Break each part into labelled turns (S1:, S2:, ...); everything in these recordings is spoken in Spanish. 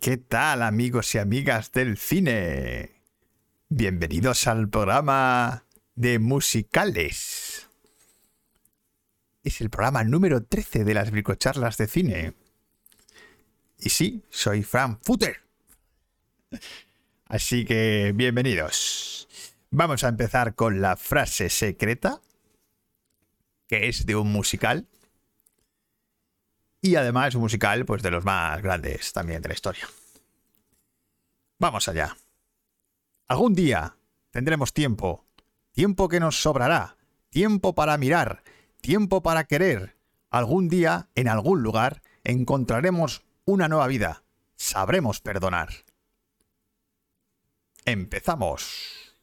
S1: ¿Qué tal amigos y amigas del cine? Bienvenidos al programa de musicales. Es el programa número 13 de las bricocharlas de cine. Y sí, soy Fran Footer. Así que bienvenidos. Vamos a empezar con la frase secreta, que es de un musical. Y además un musical, pues de los más grandes también de la historia. Vamos allá. Algún día tendremos tiempo. Tiempo que nos sobrará. Tiempo para mirar. Tiempo para querer. Algún día, en algún lugar, encontraremos una nueva vida. Sabremos perdonar. Empezamos.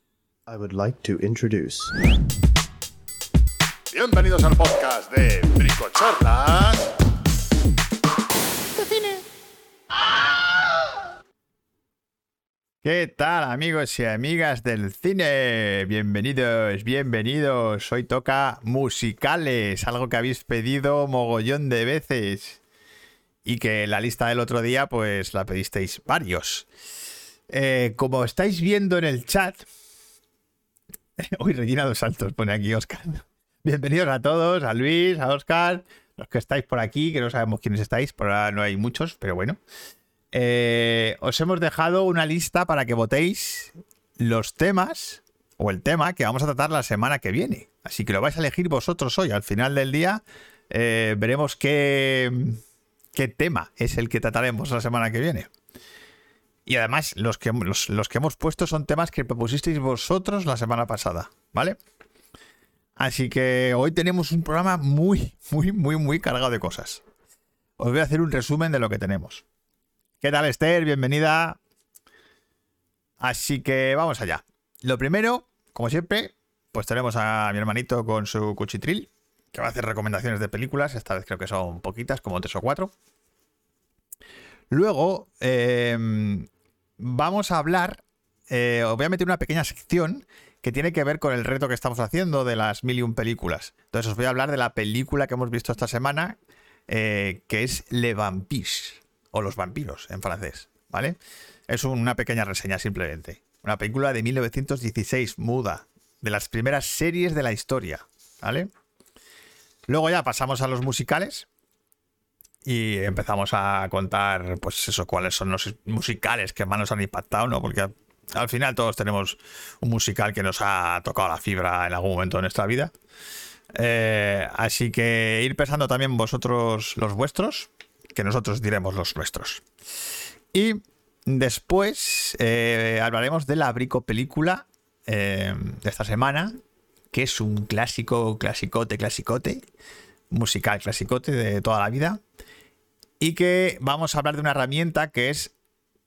S2: I would like to introduce.
S3: Bienvenidos al podcast de Bricocharlas.
S1: ¿Qué tal amigos y amigas del cine? Bienvenidos, bienvenidos. Hoy toca musicales, algo que habéis pedido mogollón de veces y que la lista del otro día pues la pedisteis varios. Eh, como estáis viendo en el chat, hoy Regina Dos Santos pone aquí Oscar. Bienvenidos a todos, a Luis, a Oscar, los que estáis por aquí, que no sabemos quiénes estáis, por ahora no hay muchos, pero bueno. Eh, os hemos dejado una lista para que votéis los temas o el tema que vamos a tratar la semana que viene. Así que lo vais a elegir vosotros hoy. Al final del día eh, veremos qué, qué tema es el que trataremos la semana que viene. Y además, los que, los, los que hemos puesto son temas que propusisteis vosotros la semana pasada, ¿vale? Así que hoy tenemos un programa muy, muy, muy, muy cargado de cosas. Os voy a hacer un resumen de lo que tenemos. ¿Qué tal, Esther? Bienvenida. Así que vamos allá. Lo primero, como siempre, pues tenemos a mi hermanito con su cuchitril, que va a hacer recomendaciones de películas. Esta vez creo que son poquitas, como tres o cuatro. Luego, eh, vamos a hablar, eh, os voy a meter una pequeña sección que tiene que ver con el reto que estamos haciendo de las mil y un películas. Entonces os voy a hablar de la película que hemos visto esta semana, eh, que es Le Vampire o Los Vampiros en francés, ¿vale? Es una pequeña reseña simplemente. Una película de 1916, muda, de las primeras series de la historia, ¿vale? Luego ya pasamos a los musicales y empezamos a contar, pues eso, cuáles son los musicales que más nos han impactado, ¿no? Porque al final todos tenemos un musical que nos ha tocado la fibra en algún momento de nuestra vida. Eh, así que ir pensando también vosotros los vuestros, que nosotros diremos los nuestros. Y después eh, hablaremos de la Brico película eh, de esta semana, que es un clásico, clasicote, clasicote, musical clasicote de toda la vida, y que vamos a hablar de una herramienta que es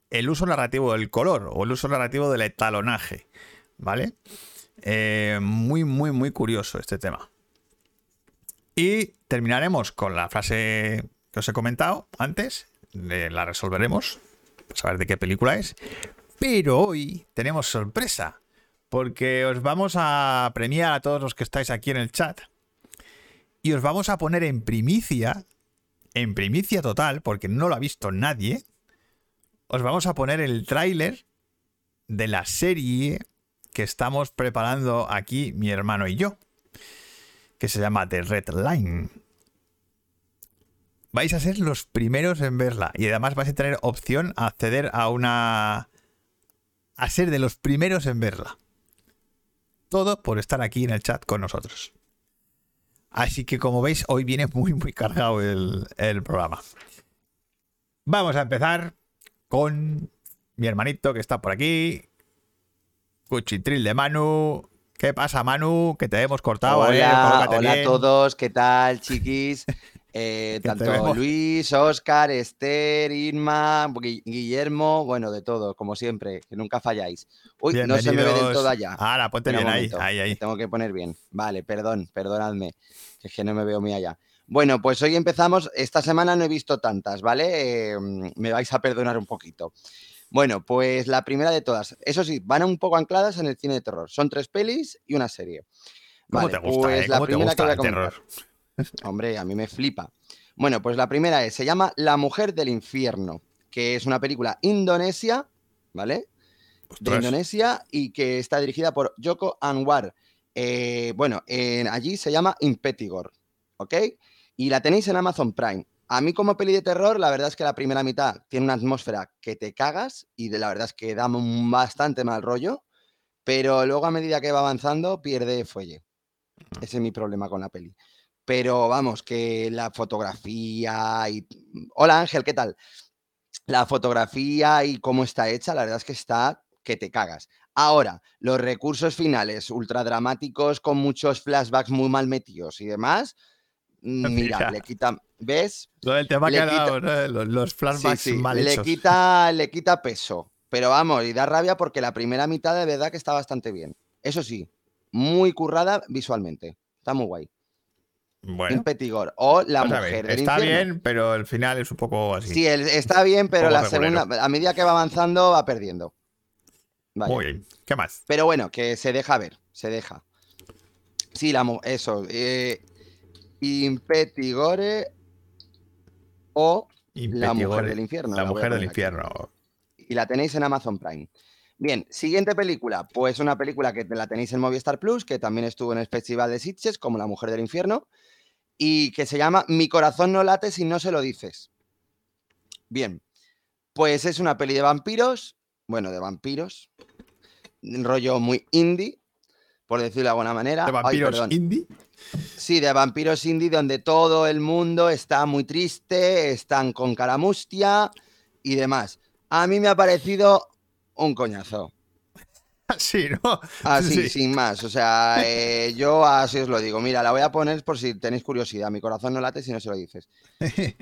S1: el uso narrativo del color o el uso narrativo del etalonaje, ¿vale? Eh, muy, muy, muy curioso este tema. Y terminaremos con la frase que os he comentado antes, eh, la resolveremos, para saber de qué película es. Pero hoy tenemos sorpresa, porque os vamos a premiar a todos los que estáis aquí en el chat y os vamos a poner en primicia, en primicia total, porque no lo ha visto nadie, os vamos a poner el tráiler de la serie que estamos preparando aquí mi hermano y yo, que se llama The Red Line vais a ser los primeros en verla y además vais a tener opción a acceder a una a ser de los primeros en verla. Todo por estar aquí en el chat con nosotros. Así que como veis, hoy viene muy muy cargado el, el programa. Vamos a empezar con mi hermanito que está por aquí. Cuchitril de Manu. ¿Qué pasa, Manu? Que te hemos cortado.
S4: Hola,
S1: ¿eh?
S4: hola a
S1: bien.
S4: todos, ¿qué tal, chiquis? Eh,
S1: Que te
S4: tanto
S1: vemos.
S4: Luis, Oscar, Esther, Irma, Gui- Guillermo, bueno, de todos, como siempre, que nunca falláis. Uy, no se me ve del
S1: Bienvenidos.
S4: todo allá.
S1: Ahora, ponte
S4: Espera
S1: bien
S4: un
S1: ahí,
S4: momento,
S1: ahí,
S4: me
S1: ahí.
S4: Tengo que poner bien. Vale, perdón, perdonadme. que Es que no me veo muy allá. Bueno, pues hoy empezamos. Esta semana no he visto tantas, ¿vale? Eh, mm, me vais a perdonar un poquito. Bueno, pues la primera de todas. Eso sí, van un poco ancladas en el cine de terror. Son tres pelis y una serie.
S1: ¿Cómo
S4: Vale,
S1: te gusta,
S4: pues
S1: eh?
S4: la
S1: ¿Cómo te
S4: primera que
S1: gusta
S4: voy a
S1: el
S4: comentar.
S1: terror?
S4: Hombre, a mí me flipa. Bueno, pues la primera es, se llama La mujer del infierno, que es una película indonesia, ¿vale? de
S1: Ostras.
S4: Indonesia y que está dirigida por Yoko Anwar. Eh, bueno, en- allí se llama Impetigor, ¿ok? Y la tenéis en Amazon Prime. A mí como peli de terror, la verdad es que la primera mitad tiene una atmósfera que te cagas y de la verdad es que da un bastante mal rollo, pero luego a medida que va avanzando pierde fuelle. Ese es mi problema con la peli. Pero vamos, que la fotografía y... mm, Hola Ángel, ¿qué tal? la fotografía y cómo está hecha, la verdad es que está que te cagas. Ahora, los recursos finales ultradramáticos con muchos flashbacks muy mal metidos y demás, mm, mira,
S1: Mira.
S4: le quitan, ¿ves?
S1: Lo del tema que
S4: Le
S1: ha dado, ¿no? los, los
S4: Sí,
S1: flashbacks
S4: sí,
S1: mal
S4: le
S1: hechos.
S4: quita, le quita peso. Pero vamos, y da rabia porque la primera mitad de verdad que está bastante bien. Eso sí, muy currada visualmente. Está muy guay.
S1: Bueno,
S4: Un petigor. O la
S1: pues a ver,
S4: mujer del
S1: está
S4: infierno.
S1: bien, pero el final es un poco así.
S4: Sí, el- está bien, pero
S1: poco
S4: la
S1: regulero.
S4: segunda, a medida que va avanzando, va perdiendo. Vaya.
S1: Muy bien. ¿Qué más?
S4: Pero bueno, que se deja ver, se deja. Sí, la mu- eso. eh, Impetigore o La Mujer
S1: Impetigore.
S4: del Infierno.
S1: La
S4: la voy a
S1: mujer del
S4: poner aquí. Ah,
S1: infierno.
S4: Y la tenéis en Amazon Prime. Bien, siguiente película. Pues una película que la tenéis en Movistar Plus, que también estuvo en el Festival de Sitges, como La Mujer del Infierno, y que se llama Mi corazón no late si no se lo dices. Bien, pues es una peli de vampiros, bueno, de vampiros, un rollo muy indie, por decirlo de alguna manera.
S1: De
S4: Ay,
S1: vampiros
S4: perdón.
S1: indie.
S4: Sí, de vampiros indie, donde todo el mundo está muy triste, están con caramustia y demás. A mí me ha parecido un coñazo.
S1: Ah, Sí, ¿no?
S4: Así,
S1: Sí.
S4: Ah, sin más. O sea, eh, yo así os lo digo. Mira, la voy a poner por si tenéis curiosidad. Mi corazón no late si no se lo dices.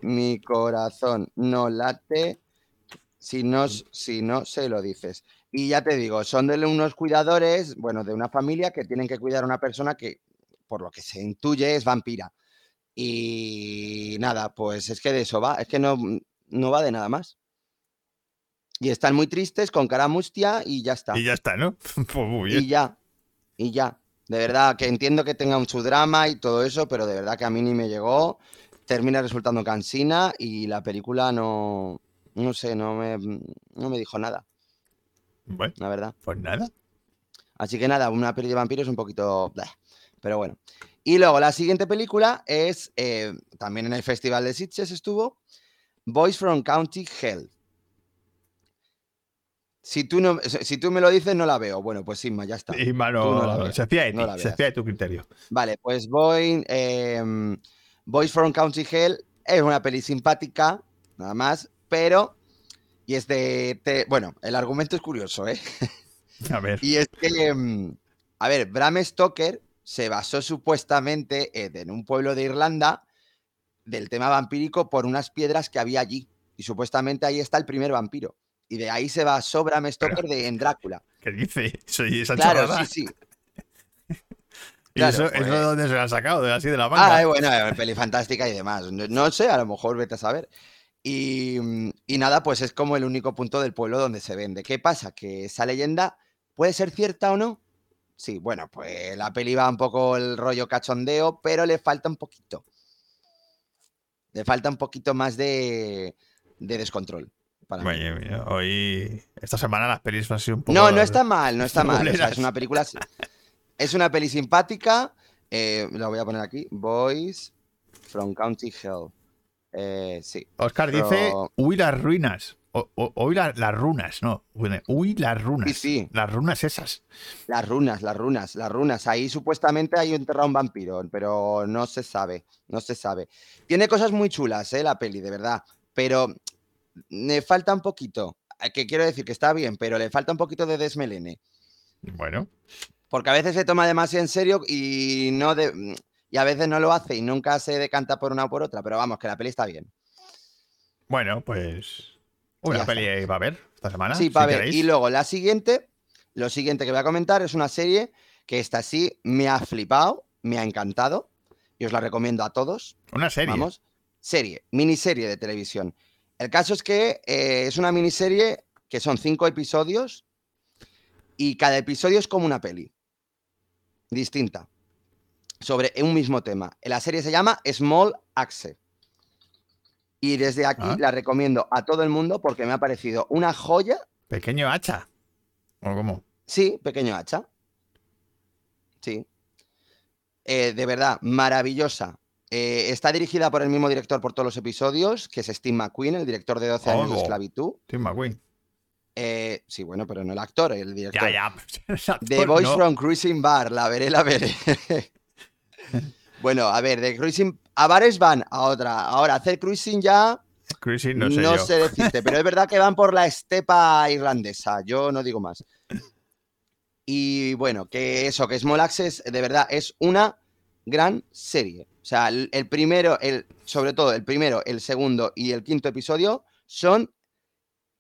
S4: Mi corazón no late si no, s- si no se lo dices. Y ya te digo, son de unos cuidadores, bueno, de una familia que tienen que cuidar a una persona que, por lo que se intuye, es vampira. Y nada, pues es que de eso va, es que no, no va de nada más. Y están muy tristes, con cara mustia y ya está.
S1: Y ya está, ¿no? Pues muy bien.
S4: Y ya, y ya. De verdad, que entiendo que tenga un su drama y todo eso, pero de verdad que a mí ni me llegó. Termina resultando cansina y la película no, no sé, no me, no me dijo nada,
S1: Bueno,
S4: la verdad.
S1: pues nada.
S4: Así que nada, una peli de vampiros un poquito... bleh, pero bueno. Y luego la siguiente película es, eh, también en el Festival de Sitges estuvo, Boys from County Hell. Si tú, no, si tú me lo dices, no la veo. Bueno, pues Inma, ya está.
S1: Y
S4: Tú no la
S1: mano,
S4: veas,
S1: se fía de ti,
S4: no la
S1: se
S4: veas.
S1: fía de tu criterio.
S4: Vale, pues voy. em, Boys from County Hell es una peli simpática, nada más, pero. Y es de. te- bueno, el argumento es curioso, ¿eh?
S1: A ver.
S4: Y es que. em, a ver, Bram Stoker se basó supuestamente eh, en un pueblo de Irlanda del tema vampírico por unas piedras que había allí. Y supuestamente ahí está el primer vampiro. Y de ahí se basó Bram Stoker de, en Drácula.
S1: ¿Qué dice? Soy esa
S4: Claro,
S1: chorrada.
S4: sí, sí.
S1: ¿Y
S4: claro,
S1: eso,
S4: pues-
S1: eso de dónde se lo han sacado? ¿De así de la manga?
S4: Ah, eh, bueno, eh, peli fantástica y demás. No, no sé, a lo mejor vete a saber. Y, mm, y nada, pues es como el único punto del pueblo donde se vende. ¿Qué pasa? Que esa leyenda puede ser cierta o no. Sí, bueno, pues la peli va un poco el rollo cachondeo, pero le falta un poquito. Le falta un poquito más de, de descontrol. para mí.
S1: Bueno, mira, hoy. Esta semana las pelis han sido un poco.
S4: No, no está mal, no está mal. o sea,
S1: boleras.
S4: es una película. Es una peli simpática. eh, la voy a poner aquí. Boys from County Hell. Eh, sí.
S1: Oscar
S4: pero-
S1: dice: Uy, las ruinas. O, o- oí la- las runas, no. Uy, las runas.
S4: Sí, sí.
S1: Las runas esas.
S4: Las runas, las runas, las runas. Ahí supuestamente hay enterrado un vampiro, pero no se sabe, no se sabe. Tiene cosas muy chulas, eh, la peli, de verdad. Pero le falta un poquito. eh, Que quiero decir que está bien, pero le falta un poquito de desmelene.
S1: Bueno,
S4: Porque a veces se toma demasiado en serio y no de- y a veces no lo hace y nunca se decanta por una o por otra, pero vamos, que la peli está bien.
S1: bueno, pues. Una
S4: Ya
S1: peli va a ver esta semana.
S4: sí,
S1: si
S4: para ver.
S1: queréis.
S4: Y luego la siguiente, lo siguiente que voy a comentar es una serie que esta sí me ha flipado, me ha encantado y os la recomiendo a todos.
S1: Una serie.
S4: Vamos, serie, miniserie de televisión. El caso es que eh, es una miniserie que son cinco episodios y cada episodio es como una peli distinta sobre un mismo tema. La serie se llama Small Axe Y desde aquí
S1: Ah.
S4: la recomiendo a todo el mundo porque me ha parecido una joya.
S1: Pequeño hacha. ¿O cómo?
S4: Sí, pequeño hacha. Sí. Eh, de verdad, maravillosa. Eh, está dirigida por el mismo director por todos los episodios, que es Steve McQueen, el director de 12 años de
S1: Ojo.
S4: esclavitud.
S1: Tim McQueen.
S4: Eh, sí, bueno, pero no el actor, el director.
S1: Ya, Pues ya.
S4: The Voice from Cruising Bar, la veré, la veré. bueno, a ver, de Cruising a bares van a otra. Ahora, hacer cruising ya
S1: Cruising,
S4: no
S1: no
S4: sé,
S1: sé yo.
S4: decirte, pero es verdad que van por la estepa irlandesa, yo no digo más. Y bueno, que eso, que Small Access, de verdad, es una gran serie. O sea, el, el primero, el, sobre todo el primero, el segundo y el quinto episodio son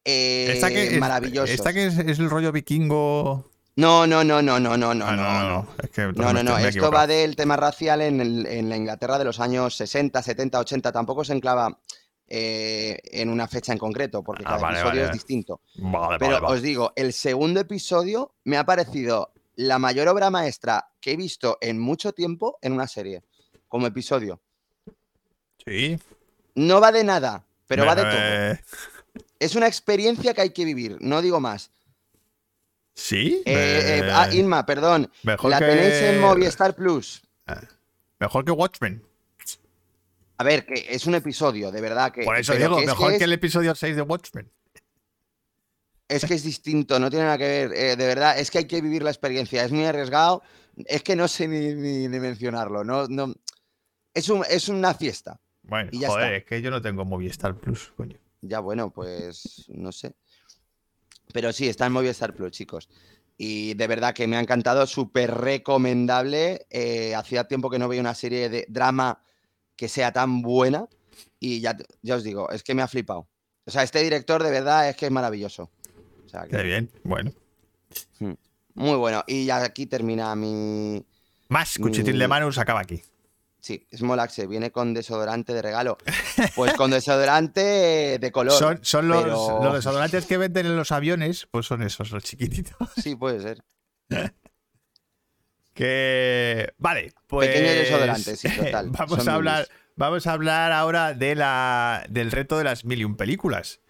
S4: eh,
S1: Esta que es-
S4: maravillosos.
S1: Esta que es, es el rollo vikingo.
S4: No, no, no, no, no, no, no,
S1: Ah,
S4: no,
S1: Es que
S4: no, no,
S1: me-
S4: no,
S1: me he
S4: esto va
S1: equivocado.
S4: del tema racial en, el- en la Inglaterra de los años 60, 70, 80. Tampoco se enclava eh, en una fecha en concreto, porque
S1: Ah,
S4: cada
S1: vale,
S4: episodio
S1: vale,
S4: es
S1: vale.
S4: distinto.
S1: Vale,
S4: Pero
S1: vale, vale.
S4: os digo, el segundo episodio me ha parecido la mayor obra maestra que he visto en mucho tiempo en una serie, como episodio.
S1: Sí.
S4: No va de nada, pero va de todo.
S1: Eh,
S4: Es una experiencia que hay que vivir, no digo más.
S1: Sí.
S4: Eh, eh,
S1: eh,
S4: ah, Inma, perdón,
S1: mejor
S4: la
S1: que-
S4: tenéis en Movistar Plus.
S1: Mejor que Watchmen.
S4: A ver, que es un episodio, de verdad que.
S1: Por eso
S4: pero
S1: digo,
S4: es
S1: mejor que,
S4: es-
S1: el episodio 6 de Watchmen.
S4: Es que es distinto, no tiene nada que ver. eh, de verdad, es que hay que vivir la experiencia. Es muy arriesgado. Es que no sé ni, ni- ni mencionarlo. No, no. Es, un, es una fiesta.
S1: Bueno,
S4: Y ya
S1: joder,
S4: está.
S1: es que yo no tengo Movistar Plus, coño.
S4: Ya bueno, pues no sé. Pero sí, está en Movistar Plus, chicos. Y de verdad que me ha encantado, súper recomendable. eh, hacía tiempo que no veía una serie de drama que sea tan buena. Y ya, te- ya os digo, es que me ha flipado. O sea, este director de verdad es que es maravilloso. O sea, que-
S1: Qué bien, bueno.
S4: Muy bueno. Y ya aquí termina mi.
S1: Más cuchitín de
S4: Mm.
S1: Manus acaba aquí.
S4: Sí, Small Axe. Viene con desodorante de regalo. Pues con desodorante de color.
S1: Son, son los,
S4: pero-
S1: los desodorantes que venden en los aviones, pues son esos, los chiquititos.
S4: Sí, puede ser.
S1: Que. Vale, pues.
S4: Pequeños desodorantes, sí, total,
S1: vamos,
S4: son
S1: a hablar,
S4: minis.
S1: vamos a hablar ahora de la, del reto de las mil y un películas.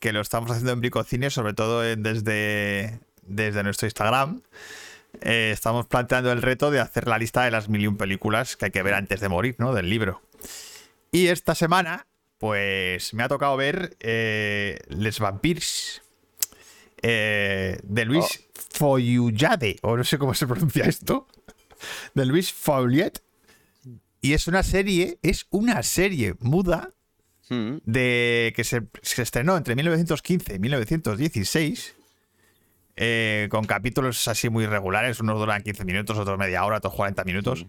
S1: Que lo estamos haciendo en Bricocine, sobre todo en- desde, desde nuestro Instagram. Eh, estamos planteando el reto de hacer la lista de las mil y un películas que hay que ver antes de morir, ¿no? Del libro. Y esta semana, pues me ha tocado ver eh, Les Vampires eh, de Luis Foyullade, o no sé cómo se pronuncia esto, de Luis Follet. Y es una serie, es una serie muda
S4: Mm.
S1: de que se, se estrenó entre 1915 y 1916, eh, con capítulos así muy regulares, unos duran 15 minutos, otros media hora, otros 40 minutos.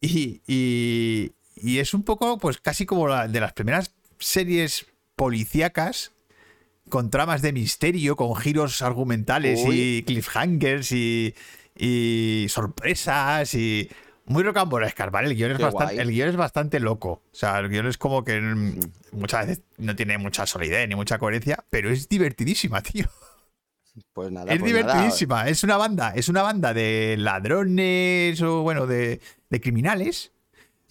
S1: Y, y- y es un poco, pues casi como la, de las primeras series policíacas, con tramas de misterio, con giros argumentales y cliffhangers y, y sorpresas y... Muy rocambolescas, ¿vale? El guión, es
S4: Qué
S1: bastante,
S4: guay.
S1: el guión es bastante loco. O sea, el guión es como que mm, muchas veces no tiene mucha solidez ni mucha coherencia, pero es divertidísima, tío.
S4: Pues nada.
S1: Es
S4: pues nada.
S1: divertidísima. Es una banda, es una banda de ladrones o bueno, de, de criminales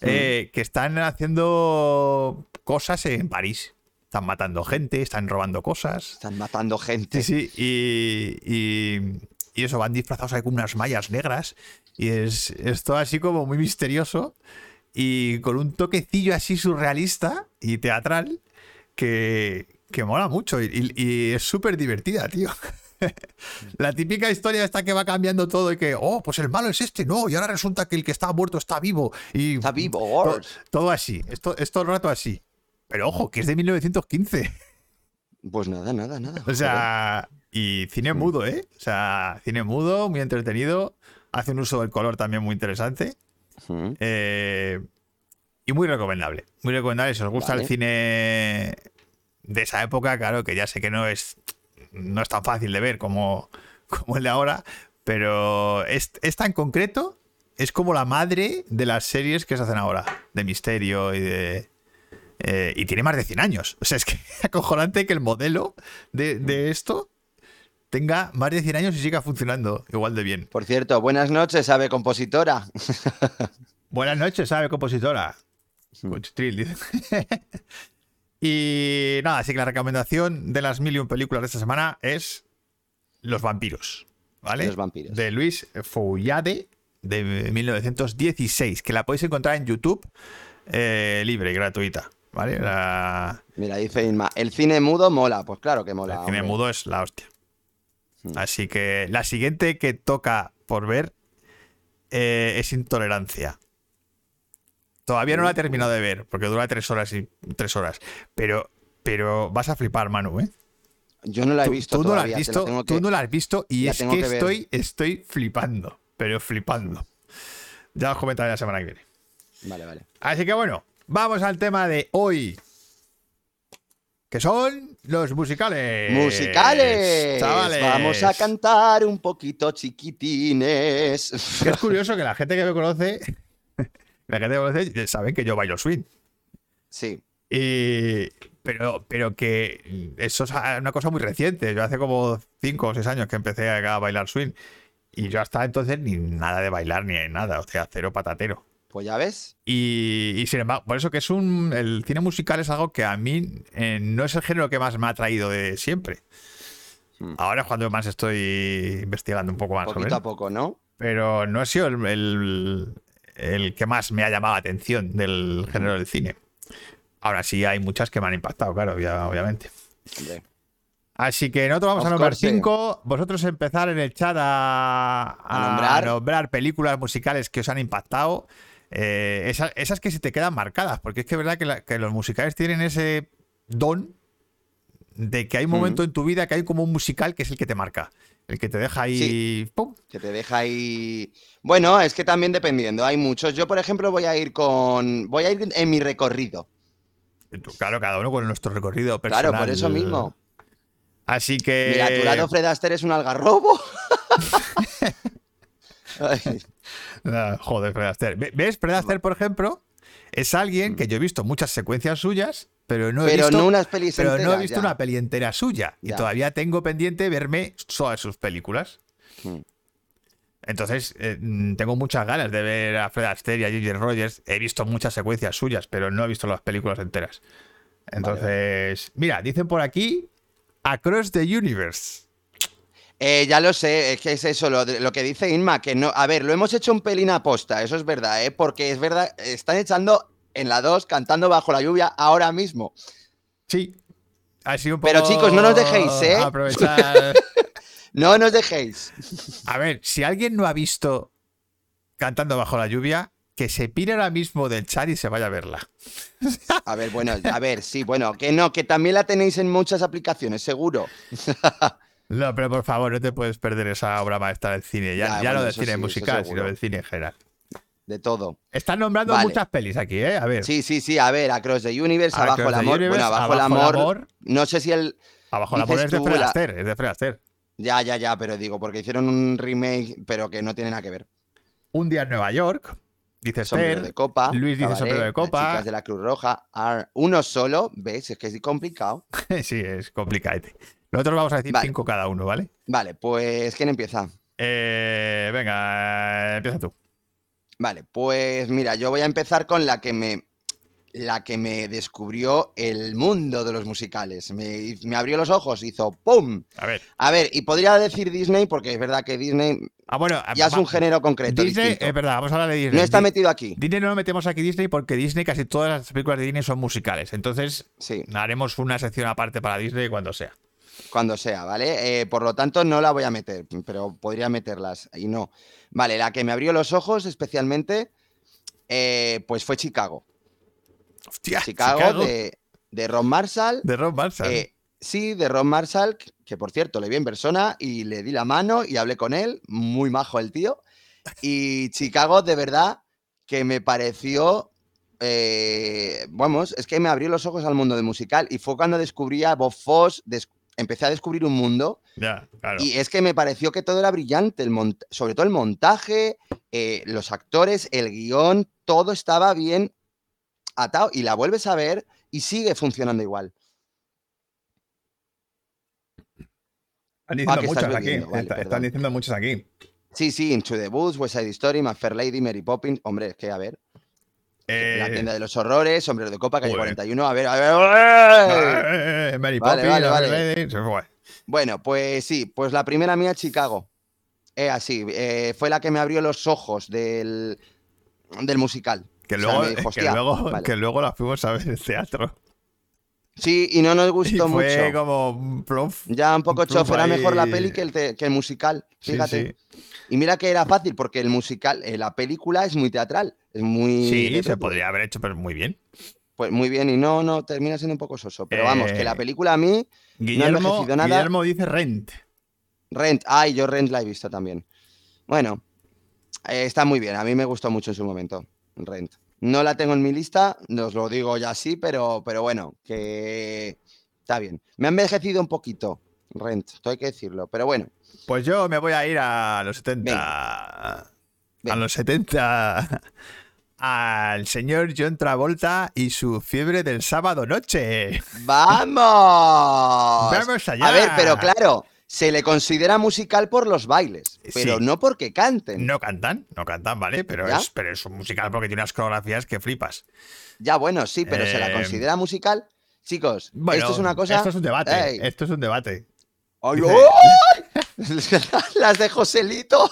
S1: eh, que están haciendo cosas en París. Están matando gente, están robando cosas.
S4: Están matando gente.
S1: Sí, sí. Y, y- y eso, van disfrazados ahí con unas mallas negras. Y es, es todo así como muy misterioso. Y con un toquecillo así surrealista y teatral que, que mola mucho. Y, y- y es súper divertida, tío. La típica historia esta que va cambiando todo y que, oh, pues el malo es este, no, y ahora resulta que el que está muerto está vivo. Y
S4: Está vivo,
S1: To-
S4: Gors.
S1: todo así, esto, esto el rato así. Pero ojo, que es de 1915.
S4: Pues nada, nada, nada.
S1: O sea, y cine mudo, ¿eh? O sea, cine mudo, muy entretenido. Hace un uso del color también muy interesante.
S4: joder. Mm.
S1: eh, y muy recomendable. Muy recomendable. Si os gusta el
S4: Vale.
S1: cine de esa época, claro, que ya sé que no es, no es tan fácil de ver como, como el de ahora, pero es, es tan concreto. Es como la madre de las series que se hacen ahora, de misterio y de, eh, y tiene más de 100 años. O sea, es que es acojonante que el modelo de, de esto tenga más de 100 años y siga funcionando igual de bien.
S4: Por cierto, buenas noches, ave compositora.
S1: Buenas noches, ¿sabe, compositora? Cuchitril, dice. Y nada, así que la recomendación de las mil y un películas de esta semana es Los vampiros, ¿vale?
S4: Los vampiros.
S1: De Luis Fouillade, de 1916, que la podéis encontrar en YouTube eh, libre y gratuita, ¿vale? La,
S4: Mira, dice Inma, el cine mudo mola. Pues claro que mola.
S1: el cine
S4: hombre.
S1: mudo es la hostia.
S4: Hmm.
S1: Así que la siguiente que toca por ver eh, es Intolerancia. Todavía no
S4: Uh.
S1: la he terminado de ver, porque dura tres horas y tres horas. Pero, pero vas a flipar, Manu, ¿eh?
S4: Yo no la he
S1: Tú-
S4: visto
S1: tú, no la has
S4: todavía, te la
S1: visto,
S4: tengo
S1: tú
S4: que-
S1: no la has visto y
S4: la
S1: es
S4: tengo
S1: que,
S4: que ver.
S1: estoy, estoy flipando, pero flipando. Ya os comentaré la semana que viene.
S4: Vale, vale.
S1: Así que bueno, vamos al tema de hoy. Que son los musicales.
S4: Musicales.
S1: Eh, Chavales.
S4: Vamos a cantar un poquito chiquitines.
S1: Que es curioso que la gente que me conoce, la gente que me conoce, saben que yo bailo swing.
S4: sí.
S1: Y- pero, pero que eso es una cosa muy reciente. Yo hace como 5 o 6 años que empecé a bailar swing. Y yo hasta entonces ni nada de bailar ni nada. O sea, cero patatero.
S4: Pues ya ves.
S1: Y, y sin embargo, por eso que es un. El cine musical es algo que a mí eh, no es el género que más me ha atraído de siempre.
S4: Hmm.
S1: Ahora es cuando más estoy investigando un poco más sobre
S4: Poquito
S1: él.
S4: a poco, ¿no?
S1: Pero no ha sido el, el- el que más me ha llamado la atención del género del cine. Ahora sí hay muchas que me han impactado, claro, obvia- obviamente.
S4: Hombre.
S1: Así que nosotros vamos
S4: Of
S1: a nombrar
S4: course.
S1: cinco. Vosotros empezar en el chat a,
S4: A nombrar.
S1: nombrar películas musicales que os han impactado. Eh, esas, esas que se te quedan marcadas, porque es que es verdad que, la- que los musicales tienen ese don de que hay un momento en tu vida que hay como un musical que es el que te marca, el que te deja ahí. ¡pum!
S4: Que te deja ahí. Bueno, es que también dependiendo, hay muchos. Yo, por ejemplo, voy a ir con. Voy a ir en mi recorrido.
S1: Claro, cada uno con nuestro recorrido personal. Eh.
S4: Claro, por eso mismo.
S1: Así que.
S4: Mira, a tu lado Fred Astaire es un algarrobo. Ay,
S1: Ah, Joder, Fred Astaire. Ve- ¿Ves? Fred Astaire, por ejemplo, es alguien que yo he visto muchas secuencias suyas, pero no he
S4: Mm. pero
S1: visto,
S4: no unas pelis
S1: pero no he
S4: enteras,
S1: visto
S4: ya.
S1: una peli entera suya. Y
S4: Ya.
S1: todavía tengo pendiente verme todas sus películas.
S4: Mm.
S1: Entonces, eh, mm, tengo muchas ganas de ver a Fred Astaire y a Ginger Rogers. He visto muchas secuencias suyas, pero no he visto las películas enteras. Entonces, mira, dicen por aquí Across the Universe.
S4: Eh, ya lo sé, es que es eso, lo, de- lo que dice Inma, que no. A ver, lo hemos hecho un pelín aposta, eso es verdad, ¿eh? Porque es verdad, están echando en la 2 cantando bajo la lluvia ahora mismo.
S1: Sí. Ha sido un poco
S4: Pero, chicos, no nos dejéis, ¿eh?
S1: Aprovechar.
S4: No nos dejéis.
S1: A ver, si alguien no ha visto Cantando bajo la lluvia, que se pire ahora mismo del chat y se vaya a verla.
S4: A ver, bueno, a ver, sí, bueno, que no, que también la tenéis en muchas aplicaciones, seguro.
S1: No, pero por favor, no te puedes perder esa obra maestra del cine. Ya,
S4: Ya,
S1: ya
S4: bueno,
S1: no del
S4: eso
S1: cine
S4: sí, eso
S1: musical,
S4: seguro.
S1: sino del cine en general.
S4: De todo.
S1: Están nombrando
S4: Vale.
S1: muchas pelis aquí, ¿eh? A ver.
S4: Sí, sí, sí, a ver, Across the Universe,
S1: Across
S4: Abajo el
S1: the
S4: Amor.
S1: Universe,
S4: bueno, Abajo,
S1: Abajo el
S4: el amor,
S1: Amor.
S4: No sé si el.
S1: Abajo la
S4: Dices
S1: pones es de
S4: tú,
S1: Fred
S4: la-
S1: Astaire, es de Fred Astaire.
S4: Ya, ya, ya, pero digo, porque hicieron un remake, pero que no tiene nada que ver.
S1: Un día en Nueva York, dice
S4: Sombrero de
S1: Astaire.
S4: copa.
S1: Luis dice
S4: Cabaret,
S1: sombrero de
S4: Las
S1: copa.
S4: Chicas de la Cruz Roja. Ar- uno solo, ¿ves? Es que es complicado.
S1: sí, es complicado. Nosotros vamos a decir
S4: Vale.
S1: cinco cada uno, ¿vale?
S4: Vale, pues, ¿quién empieza?
S1: Eh, venga, eh, empieza tú.
S4: Vale, pues mira, yo voy a empezar con la que me. La que me descubrió el mundo de los musicales. Me, me abrió los ojos, hizo ¡pum!
S1: A ver.
S4: A ver, y podría decir Disney, porque es verdad que Disney
S1: Ah, bueno,
S4: ya es
S1: va-
S4: un género concreto.
S1: Disney,
S4: distinto.
S1: es verdad, vamos a hablar de Disney.
S4: no está
S1: Di-
S4: metido aquí.
S1: Disney no lo metemos aquí Disney porque Disney casi todas las películas de Disney son musicales. Entonces
S4: Sí,
S1: haremos una sección aparte para Disney cuando sea.
S4: cuando sea, ¿vale? Eh, por lo tanto, no la voy a meter, pero podría meterlas y no. Vale, la que me abrió los ojos especialmente, eh, pues fue Chicago.
S1: Hostia,
S4: Chicago, De, de Ron Marshall.
S1: de Ron Marshall.
S4: eh, sí, de Ron Marshall, que- que por cierto le vi en persona y le di la mano y hablé con él, muy majo el tío. Y Chicago, de verdad, que me pareció, eh, vamos, es que me abrió los ojos al mundo del musical y fue cuando descubrí a Bob Foss, des- empecé a descubrir un mundo
S1: ya, claro.
S4: y es que me pareció que todo era brillante, el mont- sobre todo el montaje, eh, los actores, el guión, todo estaba bien atado y la vuelves a ver y sigue funcionando igual.
S1: Están
S4: diciendo que estás muchas aquí, bebiendo, vale, está- están perdón.
S1: eh, diciendo muchas aquí.
S4: Sí, sí, Into the Woods, West Side Story, My Fair Lady, Mary Poppins. Hombre, es que a ver. La
S1: Eh,
S4: tienda de los horrores, sombrero de copa, calle
S1: joder.
S4: 41. A ver, a ver. a ver.
S1: eh, Mary
S4: Vale,
S1: Poppins,
S4: vale,
S1: la
S4: vale.
S1: Lady, se fue.
S4: Bueno, pues sí, pues la primera mía, Chicago. Es así, eh, fue la que me abrió los ojos del, del musical.
S1: Que
S4: O sea,
S1: luego,
S4: me dijo,
S1: que,
S4: "Hostia,
S1: luego
S4: vale".
S1: que luego la fuimos a ver en el teatro.
S4: Sí, y no nos
S1: Y
S4: gustó
S1: fue
S4: mucho.
S1: como un plof.
S4: Ya un poco
S1: un truco
S4: chof, era mejor la
S1: ahí.
S4: peli que el, te- que el musical,
S1: Sí,
S4: fíjate.
S1: sí.
S4: Y mira que era fácil, porque el musical, eh, la película es muy teatral, es muy...
S1: Sí,
S4: de
S1: se
S4: truco.
S1: podría haber hecho, pero muy bien.
S4: Pues muy bien, y no, no, termina siendo un poco soso. Pero vamos, que
S1: Eh,
S4: la película a mí,
S1: Guillermo,
S4: envejecido nada.
S1: Guillermo dice Rent.
S4: Rent, ay, yo Rent la he visto también. Bueno, eh, está muy bien, a mí me gustó mucho en su momento, Rent. No la tengo en mi lista, no os lo digo ya así, pero, pero bueno, que está bien. Me ha envejecido un poquito, Rent, todo hay que decirlo, pero bueno.
S1: Pues yo me voy a ir a los 70. A
S4: Venga.
S1: los 70. Al señor John Travolta y su fiebre del sábado noche.
S4: ¡Vamos!
S1: Vamos allá.
S4: A ver, pero claro, se le considera musical por los bailes, pero
S1: Eh, Sí.
S4: no porque canten.
S1: No cantan, no cantan, ¿vale? Pero
S4: ¿Ya?
S1: es, pero es un musical porque tiene unas coreografías que flipas.
S4: Ya bueno, sí, pero se la
S1: Eh,
S4: considera musical. Chicos,
S1: Bueno,
S4: esto es una cosa.
S1: Esto es un debate.
S4: Ey.
S1: Esto es un debate.
S4: ¡Ay,
S1: dice-
S4: ¡ay! Las de Joselito.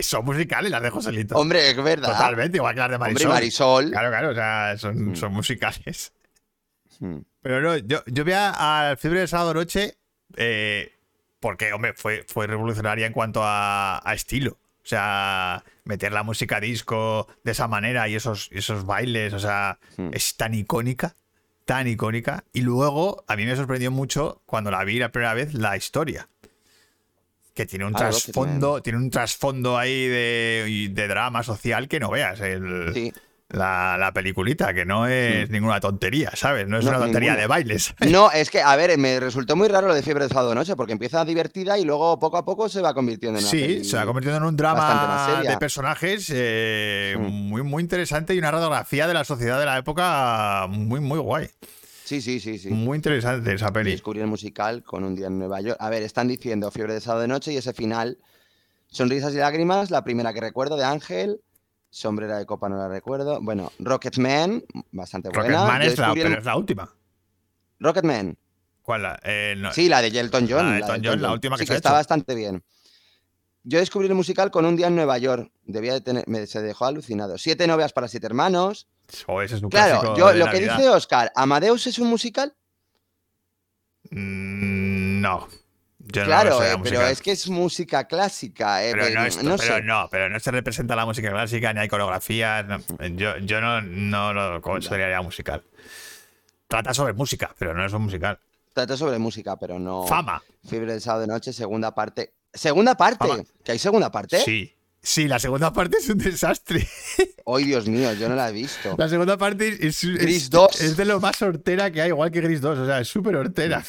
S1: Son musicales las de Joselito.
S4: Hombre, es verdad.
S1: Totalmente, igual que las de
S4: Hombre,
S1: Marisol.
S4: Marisol.
S1: Claro, claro, o sea, son,
S4: Mm.
S1: son musicales.
S4: Mm.
S1: Pero no, yo, yo voy a- al Fiebre del Sábado Noche eh, porque, hombre, fue, fue revolucionaria en cuanto a, a estilo. O sea, meter la música disco de esa manera y esos, y esos bailes, o sea,
S4: Hmm.
S1: es tan icónica, tan icónica. Y luego, a mí me sorprendió mucho cuando la vi la primera vez, la historia. Que tiene un
S4: Claro, que
S1: trasfondo, tiene un trasfondo ahí de, y de drama social que no veas. El,
S4: Sí.
S1: la, la peliculita, que no es ninguna tontería, ¿sabes? No es
S4: No,
S1: una tontería
S4: ninguna.
S1: de bailes.
S4: No, es que, a ver, me resultó muy raro lo de Fiebre de Sábado Noche, porque empieza divertida y luego poco a poco se va convirtiendo en una
S1: Sí,
S4: peli-
S1: se va convirtiendo en un
S4: bastante más
S1: drama
S4: seria.
S1: de personajes eh,
S4: Mm.
S1: muy, muy interesante y una radiografía de la sociedad de la época muy, muy guay.
S4: Sí, sí, sí, sí.
S1: Muy interesante esa peli.
S4: Descubrir el musical con un día en Nueva York. A ver, están diciendo Fiebre de Sábado de Noche y ese final. Sonrisas y lágrimas, la primera que recuerdo de Ángel. Sombrera de copa no la recuerdo. Bueno, Rocketman, bastante buena.
S1: Rocketman
S4: Yo
S1: es la,
S4: descubrí el-
S1: pero es la última.
S4: Rocketman,
S1: ¿Cuál? La? Eh, no.
S4: sí, la de Elton John.
S1: La de
S4: la
S1: Elton
S4: del
S1: John, la última que
S4: sí,
S1: se ha
S4: está
S1: hecho.
S4: bastante bien. Yo descubrí el musical con un día en Nueva York. Debía de tener, me, se dejó alucinado. Siete novias para siete hermanos.
S1: O ese es un
S4: Claro,
S1: clásico
S4: yo
S1: de
S4: lo que
S1: Navidad.
S4: dice Oscar, ¿Amadeus es un musical?
S1: Mm, no. Yo no lo
S4: claro,
S1: sé,
S4: eh,
S1: la
S4: pero
S1: música.
S4: es que es música clásica. eh,
S1: Pero
S4: pero
S1: no, es-
S4: no
S1: pero
S4: sé.
S1: no, pero no se representa la música clásica, ni hay coreografías. no. Yo, yo no, no lo consideraría musical. Trata sobre música, pero no es un musical.
S4: Trata sobre música, pero no.
S1: Fama.
S4: Fiebre del sábado de noche, segunda parte. ¿Segunda parte?
S1: Fama.
S4: ¿Que hay segunda parte?
S1: Sí. Sí, la segunda parte es un desastre.
S4: Hoy, Dios mío, yo no la he visto.
S1: La segunda parte es, es-
S4: Oh. Gris
S1: es-
S4: 2.
S1: es de lo más hortera que hay, igual que Gris 2. O sea, es súper hortera.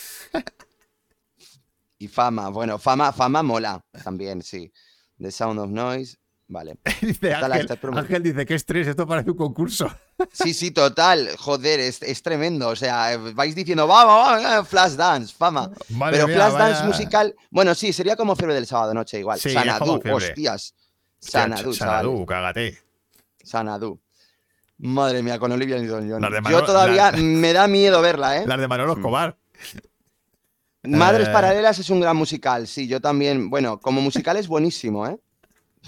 S4: Y fama, bueno, fama, fama mola también, sí. The Sound of Noise, vale.
S1: Dice
S4: Está la-
S1: Ángel,
S4: está el promo.
S1: Ángel dice que estrés, esto parece un concurso.
S4: Sí, sí, total, joder, es, es tremendo. O sea, eh, vais diciendo, vamos, vamos, eh, flash dance, fama.
S1: Madre
S4: Pero
S1: mía,
S4: flash dance
S1: vaya-
S4: musical, bueno, sí, sería como Fiebre del sábado noche igual.
S1: Sí, es como
S4: Sanadú,
S1: Fiebre.
S4: hostias.
S1: Hostia, Xanadu,
S4: Sanadú, chaval. ¿Eh?
S1: cágate.
S4: Sanadú. Madre mía, con Olivia Newton-John.
S1: Las de Manolo-
S4: Yo todavía
S1: la-
S4: me da miedo verla, ¿eh?
S1: Las de Manolo Escobar.
S4: Madres
S1: Eh.
S4: Paralelas es un gran musical, sí, yo también. Bueno, como musical es buenísimo, ¿eh?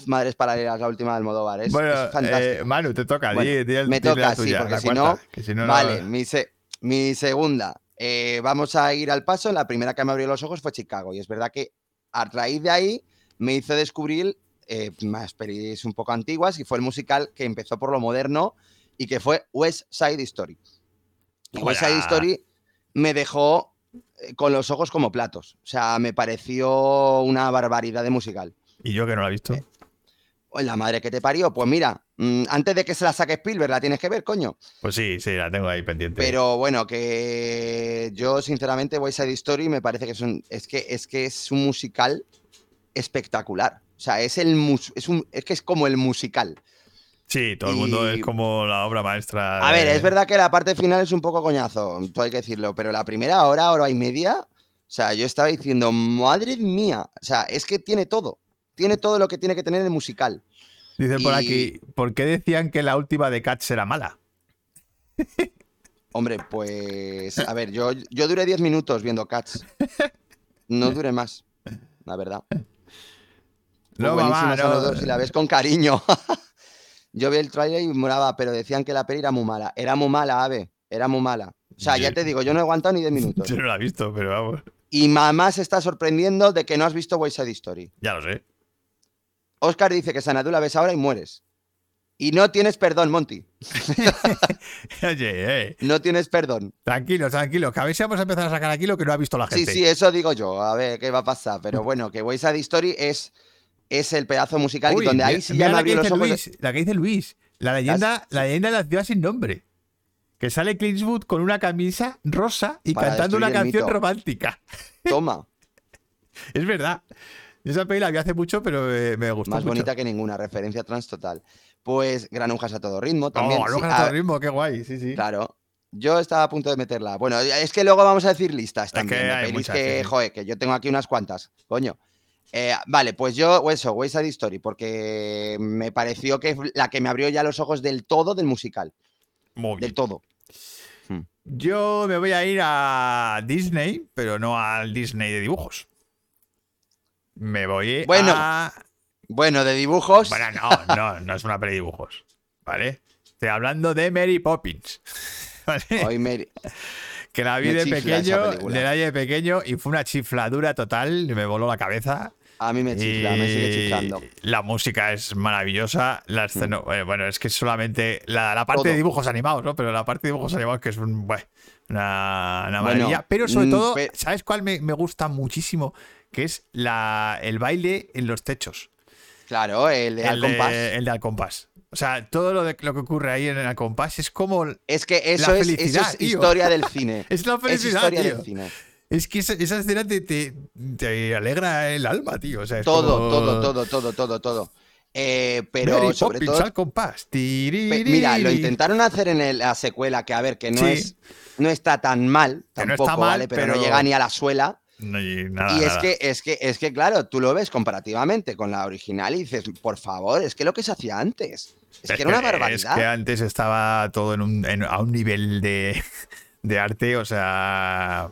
S4: Madres Paralelas, la última de Almodóvar, es,
S1: bueno,
S4: es fantástico.
S1: eh, Manu, te toca.
S4: Bueno,
S1: di- di el-
S4: me
S1: di la
S4: toca, sí,
S1: tuya,
S4: porque
S1: la
S4: si
S1: cuarta,
S4: no-
S1: que si no, no-
S4: vale, mi, se- mi segunda. Eh, vamos a ir al paso. La primera que me abrió los ojos fue Chicago. Y es verdad que a raíz de ahí me hizo descubrir eh, más pelis un poco antiguas y fue el musical que empezó por lo moderno y que fue West Side Story. Y West Side
S1: Hola.
S4: Story me dejó eh, con los ojos como platos. O sea, me pareció una barbaridad de musical.
S1: Y yo que no la he visto.
S4: Oh, La madre que te parió, pues mira, mm, antes de que se la saque Spielberg, la tienes que ver, coño.
S1: Pues sí, sí, la tengo ahí pendiente.
S4: Pero bueno, que yo sinceramente West Side Story me parece que es un, es que es que es un musical espectacular. O sea, es el mus- es un, es que es como el musical.
S1: sí, todo el mundo
S4: y-
S1: es como la obra maestra.
S4: A ver,
S1: de-
S4: es verdad que la parte final es un poco coñazo, todo hay que decirlo, pero la primera hora, hora y media, o sea, yo estaba diciendo, madre mía, o sea, es que tiene todo, tiene todo lo que tiene que tener el musical.
S1: Dicen por
S4: Y-
S1: aquí, ¿por qué decían que la última de Cats era mala?
S4: Hombre, pues. A ver, yo, yo duré 10 minutos viendo Cats. No duré más, la verdad. Muy
S1: No, mamá,
S4: buenísimas son
S1: no.
S4: los dos, y la ves con cariño. yo vi el trailer y moraba, pero decían que la peli era muy mala. Era muy mala, Ave. Era muy mala. O sea,
S1: Yo-
S4: ya te digo, yo no he aguantado ni 10 minutos.
S1: Yo no la he visto, pero vamos,
S4: Y mamá se está sorprendiendo de que no has visto West Side Story.
S1: ya lo sé.
S4: Oscar dice que Sanadu la ves ahora y mueres. Y no tienes perdón, Monty.
S1: Oye, eh,
S4: No tienes perdón.
S1: tranquilos, tranquilos, que a ver si vamos a empezar a sacar aquí lo que no ha visto la
S4: Sí,
S1: gente.
S4: sí, eso digo yo. A ver qué va a pasar. Pero bueno, que West Side Story es, es el pedazo musical
S1: Uy,
S4: y donde
S1: mira-
S4: ahí sí
S1: mira
S4: ya me
S1: la que
S4: abrió los
S1: dice
S4: ojos. de-
S1: Luis, la que dice Luis, la leyenda, la leyenda de la ciudad sin nombre. Que sale Clint Eastwood con una camisa rosa y
S4: Para
S1: cantando una
S4: destruir el
S1: canción
S4: mito.
S1: romántica.
S4: Toma,
S1: Es verdad. Yo Esa peli la vi hace mucho, pero eh, me gustó
S4: más
S1: mucho.
S4: bonita que ninguna. Referencia trans total. Pues granujas a todo ritmo también.
S1: Oh,
S4: sí.
S1: Aloha
S4: A-
S1: Hasta el ritmo, qué guay, sí, sí.
S4: Claro. Yo estaba a punto de meterla. Bueno, es que luego vamos a decir listas también.
S1: que
S4: de
S1: hay
S4: pelis
S1: muchas,
S4: que,
S1: sí, sí.
S4: joe, que yo tengo aquí unas cuantas, coño. Eh, vale, pues yo, eso, West Side Story, porque me pareció que es la que me abrió ya los ojos del todo del musical.
S1: Muy bien.
S4: Del todo.
S1: Yo me voy a ir a Disney, pero no al Disney de dibujos. Me voy
S4: Bueno.
S1: a.
S4: Bueno, de dibujos.
S1: Bueno, no, no, no es una peli de dibujos. ¿Vale? Estoy hablando de Mary Poppins. ¿Vale?
S4: hoy me-
S1: Que la vi
S4: me
S1: de
S4: chifla
S1: pequeño,
S4: esa película.
S1: de la vi de pequeño, y fue una chifladura total, me voló la cabeza.
S4: a mí me chifla, me sigue
S1: y
S4: chiflando. Mm.
S1: La música es maravillosa. La escena- bueno, bueno, es que solamente la, la parte
S4: Todo.
S1: de dibujos animados, ¿no? Pero la parte de dibujos animados que es un, bueno, una, una
S4: Bueno,
S1: maravilla. pero sobre
S4: mm,
S1: todo,
S4: pe-
S1: ¿sabes cuál me, me gusta muchísimo? Que es la, el baile en los techos.
S4: Claro, el de
S1: el,
S4: Al
S1: de-
S4: Compás.
S1: el de Al Compás. O sea, todo lo, de, lo que ocurre ahí en el Al Compás es como...
S4: Es que eso es, eso es
S1: felicidad, tío.
S4: historia del cine.
S1: Es la
S4: es
S1: felicidad,
S4: historia
S1: tío.
S4: del cine.
S1: Es que esa, esa escena te, te- te alegra el alma, tío. O sea, es
S4: Todo,
S1: como-
S4: todo, todo, todo, todo, todo. Eh, pero
S1: Mary
S4: sobre
S1: Poppins
S4: todo
S1: al compás.
S4: Pe- Mira, lo
S1: Tiririri.
S4: intentaron hacer en el- la secuela, que a ver, que no
S1: Sí.
S4: es no está tan mal,
S1: Que no está
S4: tampoco,
S1: mal,
S4: ¿vale? Pero, no
S1: pero-
S4: llega ni a la suela.
S1: No, y nada,
S4: y es
S1: nada.
S4: que, es que, es que, claro, tú lo ves comparativamente con la original y dices, por favor, es que lo que se hacía antes. Es, que era una
S1: Es
S4: barbaridad.
S1: que antes estaba todo en un- en- a un nivel de, de arte, o sea,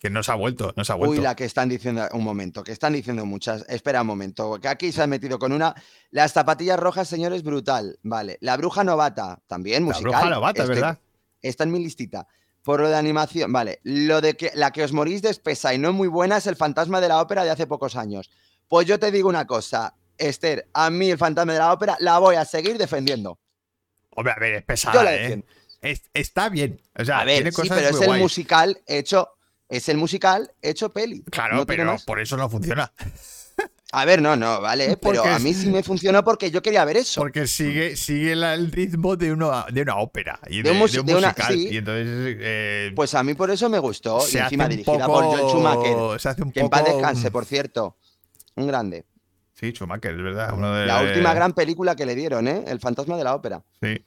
S1: que no se ha vuelto, no se ha vuelto.
S4: Uy, la que están diciendo, un momento, que están diciendo muchas. Espera un momento, que aquí se han metido con una. Las zapatillas rojas, señores, brutal. Vale. La bruja novata, también
S1: La
S4: musical.
S1: bruja novata,
S4: Estoy-
S1: ¿verdad?
S4: Está en mi listita. Por lo de animación, vale. Lo de que la que os morís de espesa y no muy buena es el fantasma de la ópera de hace pocos años. Pues yo te digo una cosa, Esther, a mí el fantasma de la ópera la voy a seguir defendiendo.
S1: Hombre, a ver, es
S4: Yo
S1: pesada,
S4: la
S1: ¿eh?
S4: defiendo.
S1: Es- está bien. O sea,
S4: a ver,
S1: tiene
S4: sí,
S1: cosas
S4: pero
S1: muy
S4: es el
S1: guays.
S4: musical hecho. Es el musical hecho peli.
S1: Claro,
S4: no tiene
S1: pero
S4: más.
S1: por eso no funciona.
S4: A ver, no, no, vale, pero
S1: Porque
S4: a
S1: es-
S4: mí sí me funcionó porque yo quería ver eso.
S1: Porque sigue, sigue la- el ritmo de una, de una ópera y de,
S4: un musi-
S1: de un
S4: Mm. de una-
S1: musical.
S4: sí.
S1: Y entonces. eh,
S4: Pues a mí por eso me gustó.
S1: se hace
S4: y encima
S1: un
S4: dirigida
S1: poco-
S4: por Joel Schumacher.
S1: Se hace un
S4: Que en paz
S1: poco
S4: descanse,
S1: un-
S4: por cierto. Un grande.
S1: Sí, Schumacher, es verdad. uno de-
S4: La última gran película que le dieron, ¿eh? El fantasma de la ópera.
S1: Sí.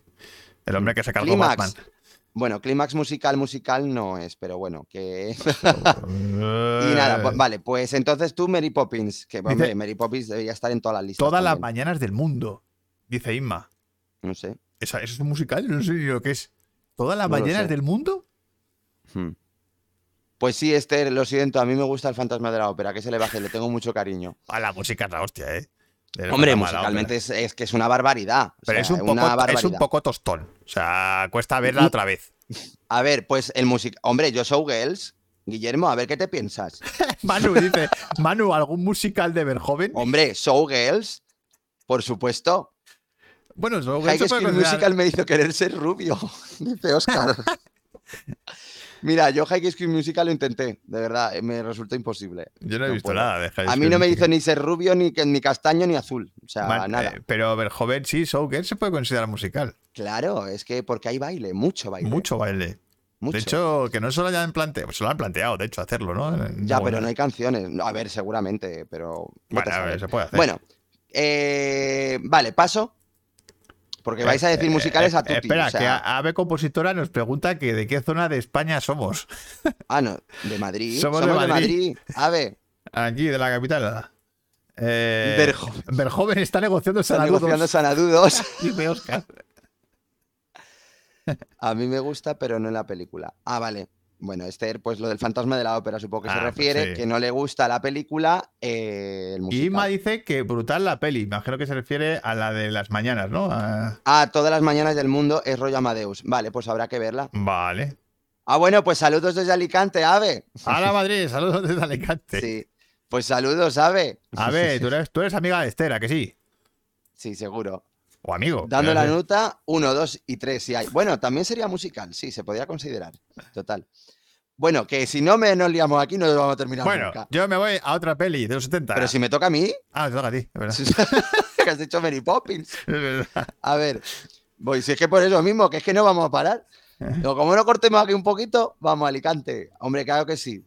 S1: El hombre que se cargó Batman.
S4: Clímax. Bueno, clímax musical, musical no es, pero bueno, que.
S1: Eh,
S4: y nada, pues, vale, pues entonces tú, Mary Poppins, que hombre,
S1: Dice-
S4: Mary Poppins debería estar en todas las listas.
S1: Todas las
S4: también,
S1: mañanas del mundo, dice Inma.
S4: No sé.
S1: ¿Esa- ¿Eso es un musical? No sé ni lo que es. ¿Todas las
S4: No lo
S1: mañanas
S4: sé.
S1: del mundo?
S4: Hmm. Pues sí, Esther, lo siento, a mí me gusta el fantasma de la ópera, que se le va a hacer, le tengo mucho cariño.
S1: A la música es la hostia, ¿eh? De la
S4: Hombre,
S1: puta mala,
S4: musicalmente es, es que es una barbaridad. o
S1: Pero
S4: sea,
S1: es, un
S4: una
S1: poco, es
S4: barbaridad.
S1: un poco tostón. O sea, cuesta verla otra vez.
S4: A ver, pues el music. Hombre, yo soy Girls. Guillermo, a ver qué te piensas.
S1: Manu dice: Manu, ¿algún musical de Verjoven?
S4: Hombre, Showgirls, por supuesto.
S1: Bueno, eso
S4: High
S1: eso puede
S4: School
S1: considerar-
S4: Musical me hizo querer ser rubio, dice Oscar. Mira, yo High School Musical lo intenté, de verdad, eh, me resultó imposible.
S1: Yo no he
S4: no
S1: visto
S4: puedo.
S1: nada de High
S4: A mí
S1: School
S4: no me hizo
S1: Musical.
S4: ni ser rubio, ni, que- ni castaño, ni azul. O sea,
S1: Man-
S4: nada.
S1: eh, pero Verjoven sí, Showgirl se puede considerar musical.
S4: Claro, es que porque hay baile, mucho baile.
S1: Mucho baile.
S4: mucho.
S1: De hecho, que no solo hayan planteado, se lo han planteado, de hecho, hacerlo, ¿no? En-
S4: ya,
S1: bueno,
S4: pero no hay canciones. No, A ver, seguramente, pero. vete
S1: Bueno,
S4: a
S1: a ver,
S4: saber.
S1: se puede hacer.
S4: Bueno, eh, vale, paso. Porque vais a decir musicales
S1: Eh,
S4: a tu
S1: Espera, que a- Ave Compositora nos pregunta que de qué zona de España somos.
S4: Ah, no, de Madrid.
S1: Somos de Madrid.
S4: A ver,
S1: Aquí, de la capital. Eh,
S4: Verjoven.
S1: Verjoven está negociando el
S4: Están negociando
S1: Sanadudos.
S4: Sanadudos.
S1: Dime, Oscar.
S4: A mí me gusta, pero no en la película. Ah, vale. Bueno, este, pues lo del fantasma de la ópera, supongo que
S1: Ah,
S4: se
S1: pues
S4: refiere,
S1: sí.
S4: que no le gusta la película, eh, el
S1: Y
S4: musical.
S1: Inma dice que brutal la peli. Imagino que se refiere a la de las mañanas, ¿no? A-
S4: Ah, todas las mañanas del mundo es rollo Amadeus. Vale, pues habrá que verla.
S1: Vale.
S4: Ah, bueno, pues saludos desde Alicante, Ave.
S1: A la Madrid, saludos desde Alicante.
S4: Sí. Pues saludos, Ave.
S1: A ver, tú eres, tú eres amiga de Estera, que sí.
S4: Sí, seguro.
S1: O amigo.
S4: Dando la
S1: Pero-
S4: nota 1, 2 y 3 si hay. Bueno, también sería musical, sí, se podría considerar. Total. Bueno, que si no me nos liamos aquí, no lo vamos a terminar
S1: Bueno,
S4: nunca.
S1: yo me voy a otra peli de los 70.
S4: Pero si me toca a mí,
S1: Ah, te toca a ti, es verdad.
S4: que has dicho Mary Poppins.
S1: Es verdad.
S4: A ver, voy, si es que por eso mismo, que es que no vamos a parar. Pero como no cortemos aquí un poquito, vamos a Alicante. Hombre, claro que sí.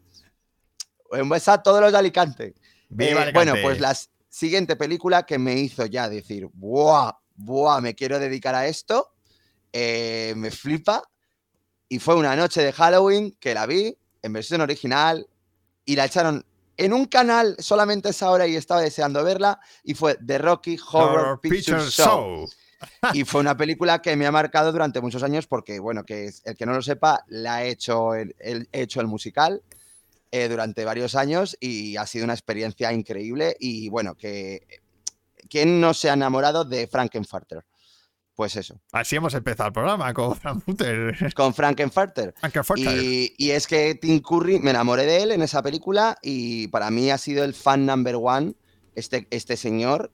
S4: Un beso a todos los de Alicante.
S1: Viva
S4: Eh,
S1: Alicante.
S4: Bueno, pues la s- siguiente película que me hizo ya decir, ¡buah! ¡buah! Me quiero dedicar a esto. eh, me flipa. Y fue una noche de Halloween que la vi en versión original y la echaron en un canal solamente esa hora y estaba deseando verla. Y fue The Rocky Horror, Picture, Show y fue una película que me ha marcado durante muchos años porque, bueno, que es- el que no lo sepa, la he hecho el, el- he hecho el musical eh, durante varios años y ha sido una experiencia increíble y, bueno, que ¿quién no se ha enamorado de Frankenfarter? Pues eso,
S1: Así hemos empezado el programa con Frank Futter.
S4: con Frankenfarter. Y, y es que Tim Curry, me enamoré de él en esa película y para mí ha sido el fan number one, este, este señor,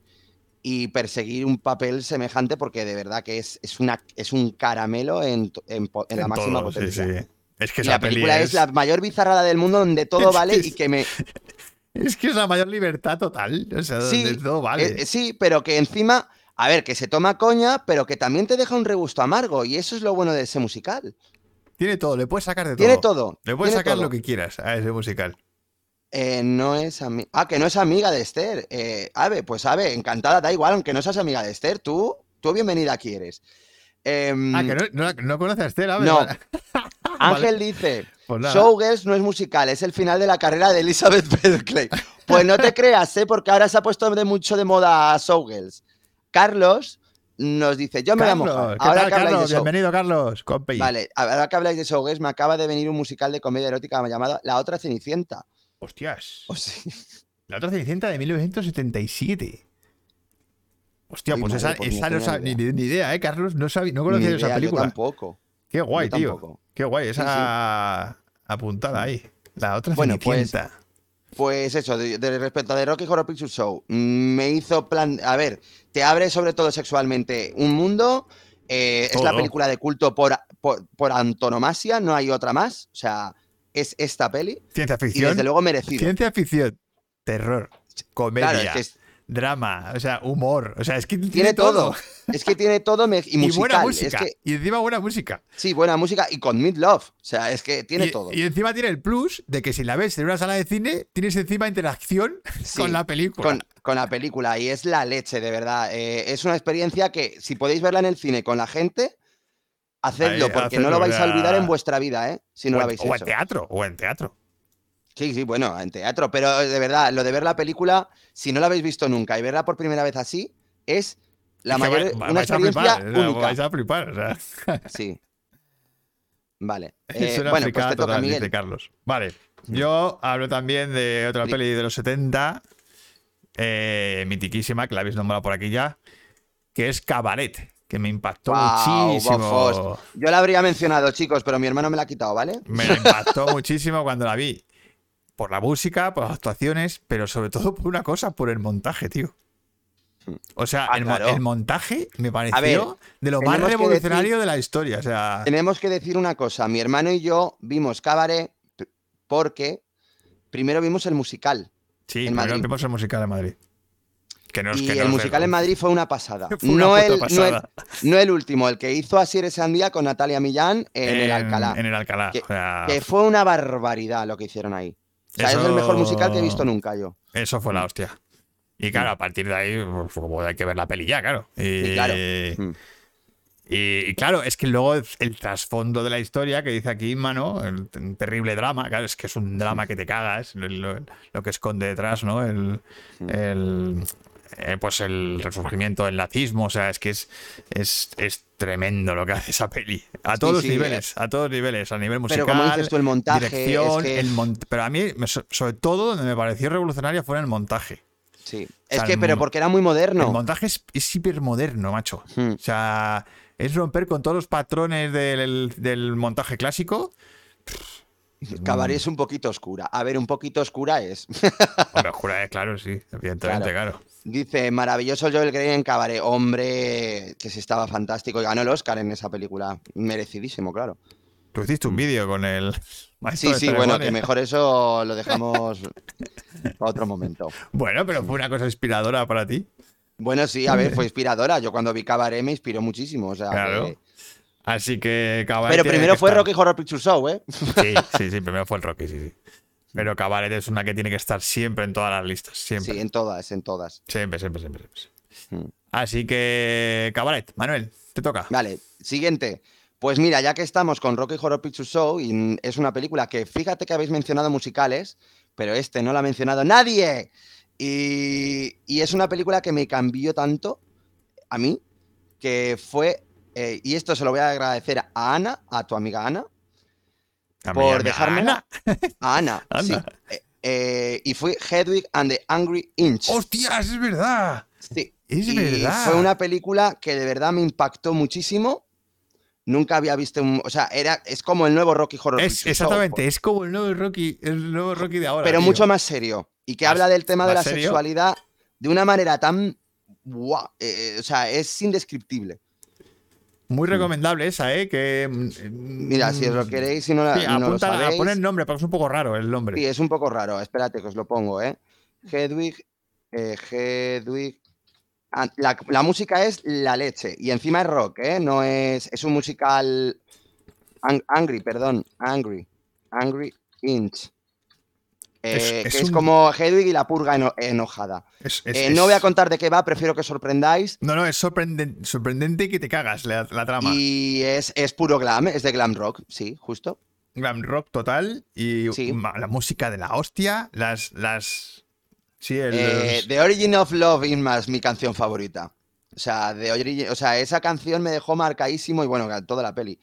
S4: y perseguir un papel semejante porque de verdad que es, es, una, es un caramelo en, to- en po- en la máxima potencia.
S1: Es que
S4: Y
S1: esa
S4: la
S1: peli
S4: película es...
S1: es
S4: la mayor bizarrada del mundo donde todo
S1: Es
S4: vale
S1: que
S4: y que me...
S1: Es que es la mayor libertad total. O sea,
S4: Sí,
S1: donde todo vale.
S4: eh, eh, sí, pero que encima, a ver, que se toma coña, pero que también te deja un regusto amargo y eso es lo bueno de ese musical.
S1: Tiene todo, le puedes sacar de
S4: Tiene
S1: todo.
S4: todo.
S1: Le puedes
S4: tiene
S1: sacar
S4: todo.
S1: lo que quieras a ese musical.
S4: Eh, no es amiga. Ah, que no es amiga de Esther. Eh, Ave, pues Ave, encantada, da igual, aunque no seas amiga de Esther, tú, tú bienvenida aquí eres. Em,
S1: Ah, que no, no, la- no conoces a Esther, a ver,
S4: No.
S1: vale.
S4: Ángel dice:
S1: Pues nada.
S4: Showgirls no es musical, es el final de la carrera de Elizabeth Berkley. Pues no te creas, ¿eh? porque ahora se ha puesto de mucho de moda Showgirls. Carlos nos dice: Yo me
S1: Carlos,
S4: la mojo.
S1: ¿qué
S4: Ahora
S1: tal,
S4: que habláis de
S1: Carlos?
S4: Show-
S1: Bienvenido, Carlos. Compi.
S4: Vale, ahora que habláis de Showgirls, me acaba de venir un musical de comedia erótica llamado La otra Cenicienta.
S1: Hostias.
S4: O sea,
S1: La otra Cenicienta de 1977. Hostia,
S4: Ay,
S1: pues
S4: madre,
S1: esa,
S4: pues no
S1: esa no
S4: tenía
S1: sab-
S4: ni
S1: ni, ni idea, ¿eh, Carlos? No, sabía, no
S4: ni
S1: conocía yo
S4: idea,
S1: esa
S4: yo
S1: película.
S4: tampoco.
S1: Qué guay,
S4: Yo
S1: tío.
S4: tampoco.
S1: Qué guay,
S4: Sí,
S1: esa apuntada ahí. La otra
S4: Bueno, pues,
S1: Cenicienta.
S4: Pues eso, de, de- respecto a The Rocky Horror Picture Show, mm, me hizo plan. A ver, te abre sobre todo sexualmente un mundo. eh, es la
S1: Todo.
S4: película de culto por, por, por antonomasia, no hay otra más. O sea, es esta peli.
S1: Ciencia
S4: Y
S1: ficción.
S4: desde luego merecida.
S1: Ciencia ficción. Terror. Comedia.
S4: Claro, es que, es-
S1: Drama. O sea, humor. O sea, es que tiene,
S4: tiene todo.
S1: todo.
S4: Es que tiene todo me- y
S1: Y,
S4: musical.
S1: buena
S4: es
S1: música.
S4: que-
S1: Y encima buena música.
S4: sí, buena música y con Mid Love. O sea, es que tiene
S1: y,
S4: todo.
S1: y encima tiene el plus de que si la ves en una sala de cine, tienes encima interacción
S4: Sí.
S1: con la película.
S4: con, con la película y es la leche, de verdad. Eh, es una experiencia que si podéis verla en el cine con la gente, hacedlo,
S1: Ahí,
S4: porque
S1: hacedlo,
S4: no lo vais a
S1: o sea,
S4: olvidar en vuestra vida, ¿eh? Si no
S1: o,
S4: lo
S1: en-
S4: habéis
S1: o en
S4: hecho.
S1: teatro. O en teatro.
S4: Sí, sí, bueno, en teatro, pero eh, de verdad, lo de ver la película, si no la habéis visto nunca y verla por primera vez así, es la
S1: Es que
S4: mayor,
S1: va- va-
S4: una
S1: vais a
S4: experiencia
S1: flipar, o sea,
S4: única. Eh,
S1: Vais a flipar. O sea,
S4: Sí. Vale.
S1: es
S4: Eh,
S1: una
S4: bueno, pues
S1: fricada
S4: te toca,
S1: total,
S4: Miguel.
S1: dice Carlos. Vale. Yo hablo también de otra
S4: Di-
S1: peli de los 70, eh, mitiquísima, que la habéis nombrado por aquí ya, que es Cabaret, que me impactó
S4: Guau, Bob
S1: muchísimo.
S4: Fosse. Yo la habría mencionado, chicos, pero mi hermano me la ha quitado, ¿vale?
S1: Me impactó muchísimo cuando la vi. Por la música, por las actuaciones, pero sobre todo por una cosa, por el montaje, tío. O sea,
S4: Ah,
S1: el, mo-
S4: claro.
S1: el montaje me pareció
S4: ver,
S1: de lo más
S4: tenemos que
S1: revolucionario
S4: decir-
S1: de la historia. O sea,
S4: Tenemos que decir una cosa. Mi hermano y yo vimos Cabaret p- porque primero vimos el musical.
S1: sí,
S4: en
S1: primero
S4: Madrid.
S1: vimos el musical en Madrid. Que no es
S4: y
S1: que no
S4: el
S1: es
S4: musical
S1: de-
S4: en Madrid fue una pasada.
S1: Fue una
S4: no,
S1: puta
S4: el, no, el,
S1: pasada.
S4: no el último, el que hizo Asier ese día con Natalia Millán en, el Alcalá.
S1: En el Alcalá.
S4: Que-
S1: o sea,
S4: que fue una barbaridad lo que hicieron ahí. O sea, es el
S1: Eso-
S4: mejor musical que he visto nunca yo.
S1: Eso fue la hostia. pues, Y claro, a partir de ahí, pues, como hay que ver la peli ya, claro. Y,
S4: Sí, claro. Mm.
S1: Y, y claro, es que luego el, el trasfondo de la historia que dice aquí Mano, el, t- un terrible drama, claro, es que es un drama que te cagas, lo, lo- lo que esconde detrás, ¿no? El,
S4: Mm.
S1: el- eh, pues el resurgimiento del nazismo, o sea, es que es, es, es tremendo lo que hace esa peli. A todos
S4: sí, eh.
S1: los niveles, a todos los niveles, a nivel musical,
S4: Pero como dices tú, el montaje, es
S1: dirección,
S4: que-
S1: el mon- pero a mí, me so- sobre todo, donde me pareció revolucionaria fue en el montaje.
S4: Sí.
S1: sea,
S4: Es que,
S1: el
S4: pero
S1: mon-
S4: porque era muy moderno.
S1: El montaje es, es hipermoderno, macho.
S4: Hmm.
S1: O sea, es romper con todos los patrones del, del montaje clásico.
S4: Cabaret es un poquito oscura. A ver, un poquito oscura es.
S1: Hombre, oscura, eh, claro, sí, evidentemente, claro.
S4: Dice, maravilloso Joel Grey en Cabaret. Hombre, que se estaba fantástico y ganó el Oscar en esa película. Merecidísimo, claro.
S1: Tú hiciste un vídeo con el maestro
S4: Sí,
S1: de
S4: sí, bueno, que
S1: ceremonia.
S4: mejor eso lo dejamos para otro momento.
S1: Bueno, pero fue una cosa inspiradora para ti.
S4: Bueno, sí, a ver, fue inspiradora. Yo cuando vi Cabaret me inspiró muchísimo. o sea,
S1: Claro.
S4: que-
S1: Así que Cabaret.
S4: Pero
S1: tiene
S4: primero
S1: que
S4: fue
S1: estar.
S4: Rocky Horror Picture Show, ¿eh?
S1: Sí, sí, sí, primero fue el Rocky, sí, sí. Pero Cabaret es una que tiene que estar siempre en todas las listas. Siempre.
S4: Sí, en todas, en todas.
S1: Siempre, siempre, siempre, siempre.
S4: Mm.
S1: Así que Cabaret, Manuel, te toca.
S4: Vale, siguiente. Pues mira, ya que estamos con Rocky Horror Picture Show, y mm, es una película que fíjate que habéis mencionado musicales, pero este no la ha mencionado nadie. Y, y es una película que me cambió tanto a mí, que fue, eh, y esto se lo voy a agradecer a Ana, a tu amiga Ana,
S1: A mí, a
S4: por
S1: mí,
S4: dejármela. A Ana, sí.
S1: Anda.
S4: Eh, eh, y fue Hedwig and the Angry Inch.
S1: ¡Hostias, es verdad!
S4: Sí.
S1: Es
S4: Y
S1: verdad.
S4: Fue una película que de verdad me impactó muchísimo. Nunca había visto un. O sea, era, es como el nuevo Rocky Horror.
S1: Es,
S4: Picture
S1: exactamente,
S4: Show,
S1: es como el nuevo Rocky, el nuevo Rocky de ahora.
S4: pero
S1: tío.
S4: mucho más serio. Y que
S1: ¿Más-
S4: habla del tema de la
S1: más serio?
S4: sexualidad de una manera tan. guau, eh, eh, o sea, es indescriptible.
S1: Muy recomendable esa, ¿eh? Que, mm,
S4: Mira, si os lo
S1: mm,
S4: queréis, si no, la-
S1: sí,
S4: no lo
S1: apunta a
S4: sabéis.
S1: poner nombre, porque es un poco raro el nombre.
S4: Sí, es un poco raro. Espérate que os lo pongo, ¿eh? Hedwig. eh, Hedwig. Ah, La, la música es la leche. Y encima es rock, ¿eh? No es. Es un musical. ang- angry, perdón. Angry. Angry Inch. Eh,
S1: Es-
S4: que
S1: es
S4: es,
S1: un-
S4: como Hedwig y la purga eno- enojada.
S1: Es- es-
S4: Eh,
S1: es-
S4: No voy a contar de qué va, prefiero que os sorprendáis.
S1: No, no, es sorprendente, sorprendente que te cagas la, la trama.
S4: Y es, es puro glam, es de glam rock, sí, justo.
S1: Glam rock total y
S4: Sí.
S1: ma- la música de la hostia, las. las... Sí, el.
S4: Eh, The Origin of Love in Mass, mi canción favorita. O sea, The Origin- o sea, esa canción me dejó marcadísimo y bueno, toda la peli.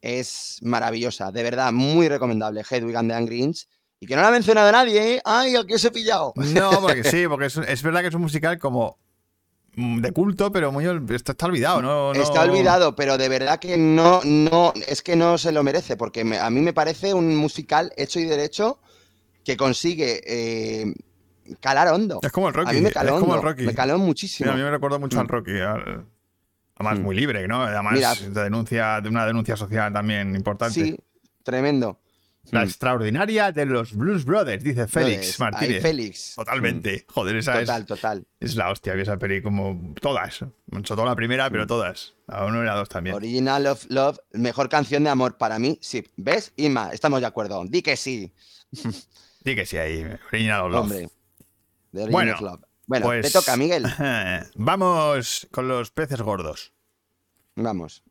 S4: Es maravillosa, de verdad, muy recomendable. Hedwig and the Angry Inch. Y que no la ha mencionado nadie, ¿eh? ¡Ay, aquí os he pillado!
S1: No, porque sí, porque es, es verdad que es un musical como mm, de culto, pero muy ol- está, está olvidado, ¿no? No-
S4: Está olvidado, pero de verdad que no, no, es que no se lo merece, porque me- a mí me parece un musical hecho y derecho que consigue eh, calar hondo.
S1: Es como el Rocky.
S4: a mí me caló
S1: es como el
S4: hondo,
S1: Rocky.
S4: me caló muchísimo.
S1: Mira, a mí me recuerda mucho al Rocky. al- Además, muy libre, ¿no? Además,
S4: Mm. Mira.
S1: de denuncia, de una denuncia social también importante.
S4: sí, tremendo.
S1: La
S4: Mm.
S1: extraordinaria de los Blues Brothers, dice Félix
S4: Entonces, ahí
S1: Martínez.
S4: Félix.
S1: Totalmente. Joder,
S4: Mm,
S1: esa
S4: Total,
S1: es,
S4: total.
S1: es la hostia. Vi esa peli como todas. Sobre todo la primera,
S4: Mm.
S1: pero todas. La uno y la dos también.
S4: Original of Love, mejor canción de amor para mí. Sí, ¿ves? Inma, estamos de acuerdo. Di que sí,
S1: Sí que sí, ahí. Original of Love.
S4: hombre. The Origin
S1: Bueno,
S4: of Love. Bueno, te
S1: Pues-
S4: toca, Miguel.
S1: Vamos con los peces gordos.
S4: Vamos.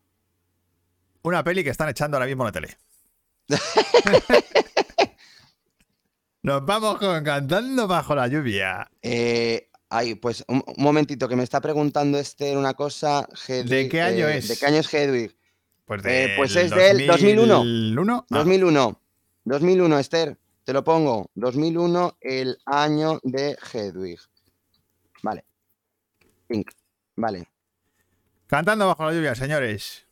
S1: Una peli que están echando ahora mismo en la tele. Nos vamos con Cantando bajo la lluvia.
S4: Eh, ay, pues un, un momentito, que me está preguntando este una cosa. Hedwig,
S1: qué año
S4: eh,
S1: es?
S4: ¿De qué año es Hedwig?
S1: Pues,
S4: Eh, pues es del 2001.
S1: 2001. Ah,
S4: 2001. 2001, Esther. Te lo pongo. 2001, el año de Hedwig. Vale. Pink. Vale.
S1: Cantando bajo la lluvia, señores.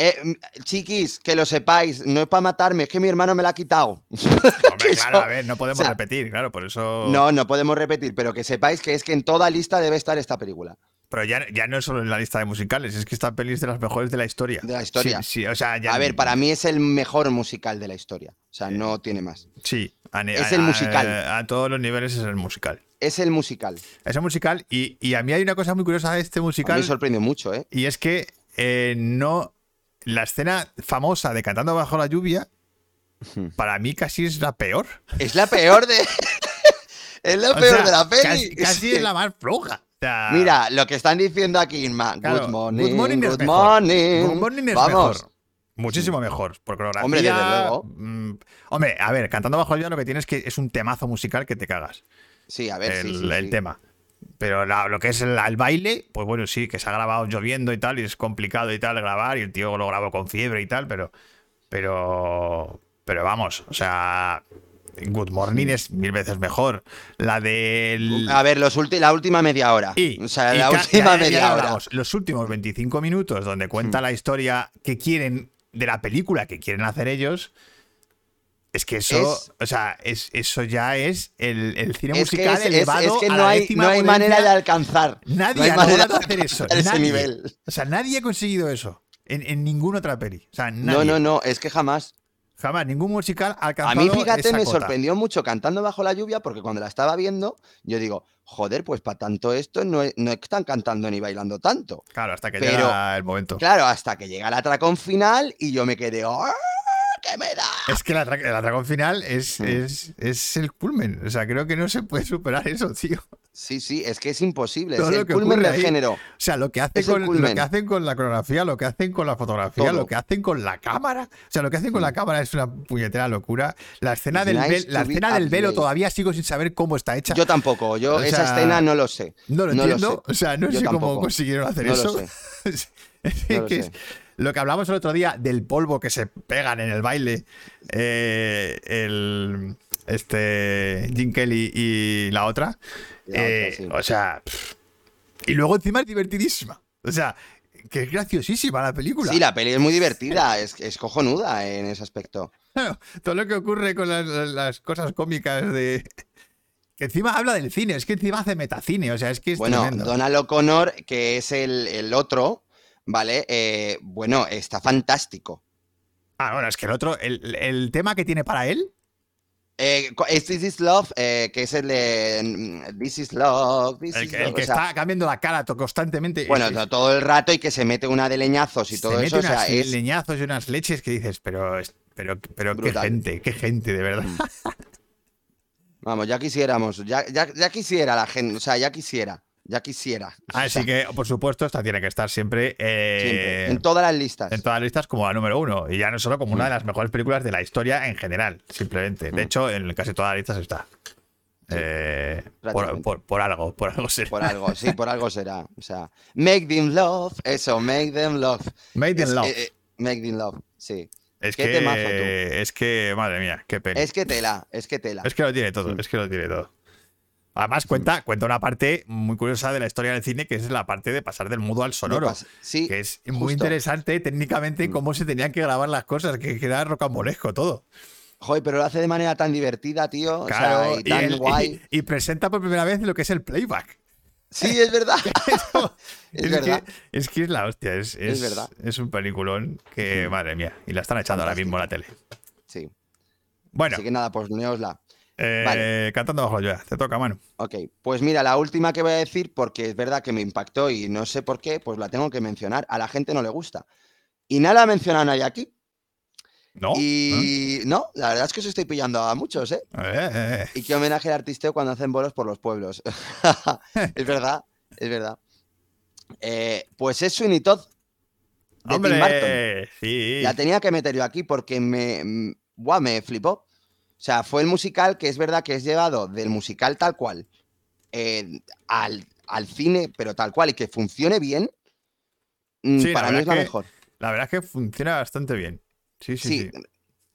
S4: Eh, m- chiquis, que lo sepáis, no es para matarme, es que mi hermano me la ha quitado.
S1: Hombre, claro, a ver, no podemos
S4: o sea,
S1: repetir, claro, por eso.
S4: No, no podemos repetir, pero que sepáis que es que en toda lista debe estar esta película.
S1: Pero ya, ya no es solo en la lista de musicales, es que esta peli es de las mejores de la historia.
S4: De la historia.
S1: Sí, sí, o sea, ya-
S4: A ver, para mí es el mejor musical de la historia. O sea, no tiene más.
S1: Sí, a ne-
S4: es
S1: a- eh,
S4: el musical.
S1: A, a todos los niveles es el musical.
S4: Es el musical.
S1: Es el musical, y, y a mí hay una cosa muy curiosa de este
S4: A mí
S1: musical,
S4: me sorprendió mucho, ¿eh?
S1: y es que eh, no. La escena famosa de Cantando Bajo la Lluvia, para mí casi es la peor.
S4: Es la peor de. es la
S1: O
S4: peor
S1: sea,
S4: de la peli.
S1: Casi, casi es la más floja. sea,
S4: Mira, lo que están diciendo aquí, Inma.
S1: claro,
S4: good morning.
S1: Good Morning es
S4: good
S1: mejor.
S4: morning.
S1: Good Morning es
S4: Vamos.
S1: mejor. Muchísimo mejor. Por coreografía.
S4: Hombre, desde luego.
S1: mm, hombre, a ver, cantando bajo el día lo que tienes que es un temazo musical que te cagas.
S4: Sí, a ver,
S1: El,
S4: sí, sí,
S1: el
S4: sí.
S1: tema. Pero la- lo que es el, el baile, pues bueno, sí, que se ha grabado lloviendo y tal, y es complicado y tal grabar, y el tío lo grabó con fiebre y tal, pero. Pero. Pero vamos, o sea. Good Morning es mil veces mejor. La del.
S4: A ver, los ulti- la última media hora.
S1: Y,
S4: o sea,
S1: y
S4: la
S1: ca- ya-
S4: última
S1: ya
S4: media hora. Hmm.
S1: hablamos, Los últimos 25 minutos donde cuenta la historia que quieren de la película que quieren hacer ellos. Es que eso,
S4: Es-
S1: o sea, es, eso ya es el, el cine
S4: Es que,
S1: musical
S4: es, es-
S1: elevado
S4: es que
S1: a
S4: no
S1: la
S4: hay,
S1: décima
S4: no hay
S1: potencia.
S4: manera de alcanzar. no
S1: Nadie
S4: hay
S1: ha
S4: manera
S1: logrado hacer eso.
S4: alcanzar ese
S1: nadie.
S4: nivel.
S1: O sea, nadie ha conseguido eso en, en ninguna otra peli. O sea, nadie.
S4: No, no, no, es que jamás.
S1: Jamás, ningún musical ha
S4: A
S1: alcanzado
S4: mí, fíjate,
S1: esa
S4: me
S1: cota.
S4: sorprendió mucho cantando bajo la lluvia porque cuando la estaba viendo, yo digo, joder, pues para tanto esto no, es- no están cantando ni bailando tanto.
S1: Claro, hasta que
S4: Pero-
S1: llega el momento.
S4: Claro, hasta que llega el atracón final y yo me quedé, ¡ah! ¿Qué me da?
S1: Es que el, atra- el atracón final es,
S4: Mm.
S1: es, es el culmen. O sea, creo que no se puede superar eso, tío.
S4: Sí, sí, es que es imposible.
S1: Todo
S4: es
S1: lo
S4: el
S1: que
S4: culmen
S1: ocurre
S4: del
S1: ahí.
S4: género.
S1: O sea, lo que, hace
S4: Es el
S1: con, lo
S4: culmen.
S1: que hacen con la coreografía, lo que hacen con la fotografía,
S4: Todo.
S1: lo que hacen con la cámara. O sea, lo que hacen con la cámara es una puñetera locura. La escena
S4: It's
S1: del,
S4: nice
S1: vel- la
S4: to be
S1: escena del
S4: up
S1: velo
S4: late.
S1: todavía sigo sin saber cómo está hecha.
S4: Yo tampoco, yo
S1: O
S4: esa
S1: sea,
S4: escena no lo sé.
S1: no lo
S4: no lo
S1: entiendo.
S4: sé.
S1: O sea, no
S4: Yo
S1: sé cómo
S4: tampoco.
S1: consiguieron hacer
S4: No lo
S1: eso.
S4: sé.
S1: Es- es
S4: No lo
S1: que es-
S4: sé.
S1: lo que hablamos el otro día del polvo que se pegan en el baile, eh, el, este Jim Kelly y la otra.
S4: La otra,
S1: eh,
S4: sí.
S1: O sea, pff. y luego encima es divertidísima. O sea, que es graciosísima la película.
S4: Sí, la peli es muy divertida, es, es cojonuda en ese aspecto.
S1: Claro, todo lo que ocurre con las, las- las cosas cómicas de. Que encima habla del cine, es que encima hace metacine, o sea, es que es
S4: Bueno,
S1: tremendo.
S4: Donald O'Connor, que es el, el otro, ¿vale? Eh, bueno, está fantástico.
S1: Ah, bueno, es que el otro, el, el tema que tiene para él,
S4: Eh, cu- es This Is Love, eh, que es el de mm, This Is Love, This
S1: el
S4: Is
S1: que,
S4: Love.
S1: el que
S4: o sea,
S1: está cambiando la cara to- constantemente.
S4: bueno,
S1: es-
S4: to- todo el rato y que se mete una de leñazos y
S1: se
S4: todo
S1: mete
S4: eso. O sea,
S1: unas
S4: es,
S1: leñazos y unas leches que dices, pero, es- pero, pero qué
S4: Brutal. Mm,
S1: gente, qué gente, de verdad.
S4: Vamos, ya quisiéramos, ya, ya, ya quisiera la gente, o sea, ya quisiera, ya quisiera.
S1: Así que, por supuesto, esta tiene que estar siempre, eh,
S4: Siempre, en todas Mm. las listas.
S1: en todas las listas como la número uno. Y ya no solo como una de las mejores películas de la historia en general, simplemente.
S4: Mm.
S1: De hecho, en casi todas las listas está. Eh, por,
S4: prácticamente.
S1: por- por algo, por algo será.
S4: Por algo, sí, por algo será. O sea, make them love, eso, make them love.
S1: Made
S4: Es-
S1: in Love.
S4: eh, eh, make them love, sí.
S1: es
S4: qué
S1: que,
S4: temazo, tú.
S1: es que, madre mía, qué pena.
S4: Es que tela, es que tela.
S1: Es que lo tiene todo, es que lo tiene todo. Además, cuenta, cuenta una parte muy curiosa de la historia del cine, que es la parte de pasar del mudo al sonoro.
S4: pas- sí,
S1: Que es muy
S4: justo. Mm.
S1: interesante técnicamente cómo se tenían que grabar las cosas, que, que era rocambolesco todo.
S4: Joder, pero lo hace de manera tan divertida, tío.
S1: Claro,
S4: o sea, y
S1: y,
S4: tan
S1: el- y-
S4: guay.
S1: y presenta por primera vez lo que es el playback.
S4: Sí, es verdad. Es
S1: que-
S4: verdad.
S1: es que es la hostia, es, es,
S4: Es verdad. Mm.
S1: es un peliculón que, madre mía, y la están echando ahora mismo en la tele.
S4: Sí.
S1: Bueno,
S4: Así que nada, pues leosla.
S1: eh,
S4: vale.
S1: cantando bajo la lluvia, te toca, mano.
S4: Ok, pues mira, la última que voy a decir, porque es verdad que me impactó y no sé por qué, pues la tengo que mencionar. A la gente no le gusta. Y nada la ha mencionado nadie aquí.
S1: No. ah.
S4: Y no, la verdad es que os estoy pillando a muchos, ¿eh?
S1: ¿Eh? Eh, eh, eh.
S4: Y qué homenaje al artisteo cuando hacen bolos por los pueblos. es verdad, es verdad. Eh, pues es Sweeney Todd. de Tim Burton.
S1: Hombre, sí.
S4: La tenía que meter yo aquí porque me, mm, buah, me flipó. O sea, fue el musical que es verdad que es llevado del musical tal cual eh, al, al cine, pero tal cual, y que funcione bien, mm,
S1: Sí, la
S4: para mí
S1: verdad
S4: es la
S1: que-
S4: mejor.
S1: La verdad es que funciona bastante bien. Sí, sí, sí.
S4: Sí.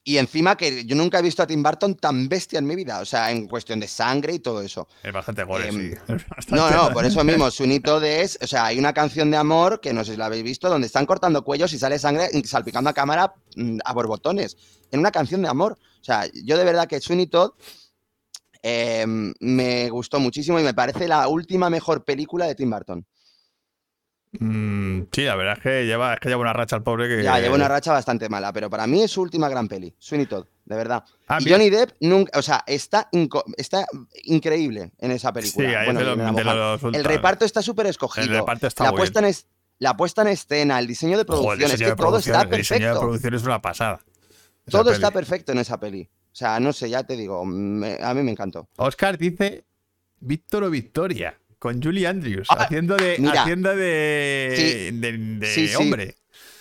S4: Y encima que yo nunca he visto a Tim Burton tan bestia en mi vida, o sea, en cuestión de sangre y todo eso.
S1: Es bastante goles,
S4: Em,
S1: sí. Es bastante
S4: No, no,
S1: goles.
S4: por eso mismo, Sweeney Todd es, o sea, hay una canción de amor que no sé si la habéis visto, donde están cortando cuellos y sale sangre y salpicando a cámara mm, a borbotones, en una canción de amor. O sea, yo de verdad que Sweeney Todd eh, me gustó muchísimo y me parece la última mejor película de Tim Burton.
S1: Mm, sí, la verdad es que lleva, es que lleva una racha al pobre que.
S4: Ya, lleva una racha bastante mala, pero para mí es su última gran peli, Sweeney Todd, de verdad.
S1: Ah,
S4: Y
S1: mira,
S4: Johnny Depp nunca, o sea, está, inco- está increíble en esa película.
S1: Sí, ahí
S4: Bueno,
S1: es de
S4: y
S1: lo-
S4: en la
S1: de
S4: Mohan.
S1: los
S4: El
S1: ultra-
S4: reparto está súper escogido.
S1: El reparto está
S4: la
S1: muy
S4: puesta en es- la puesta en escena, el diseño de
S1: Joder, el
S4: producción, es
S1: diseño
S4: que
S1: de
S4: todo está
S1: producción, El diseño de
S4: perfecto.
S1: producción es una pasada. Esa
S4: Todo está
S1: peli.
S4: perfecto en esa peli. O sea, no sé, ya te digo, me- a mí me encantó.
S1: Oscar dice Víctor o Victoria. con Julie Andrews,
S4: Ah,
S1: haciendo de,
S4: mira.
S1: haciendo de,
S4: Sí.
S1: de- de
S4: Sí, sí.
S1: hombre.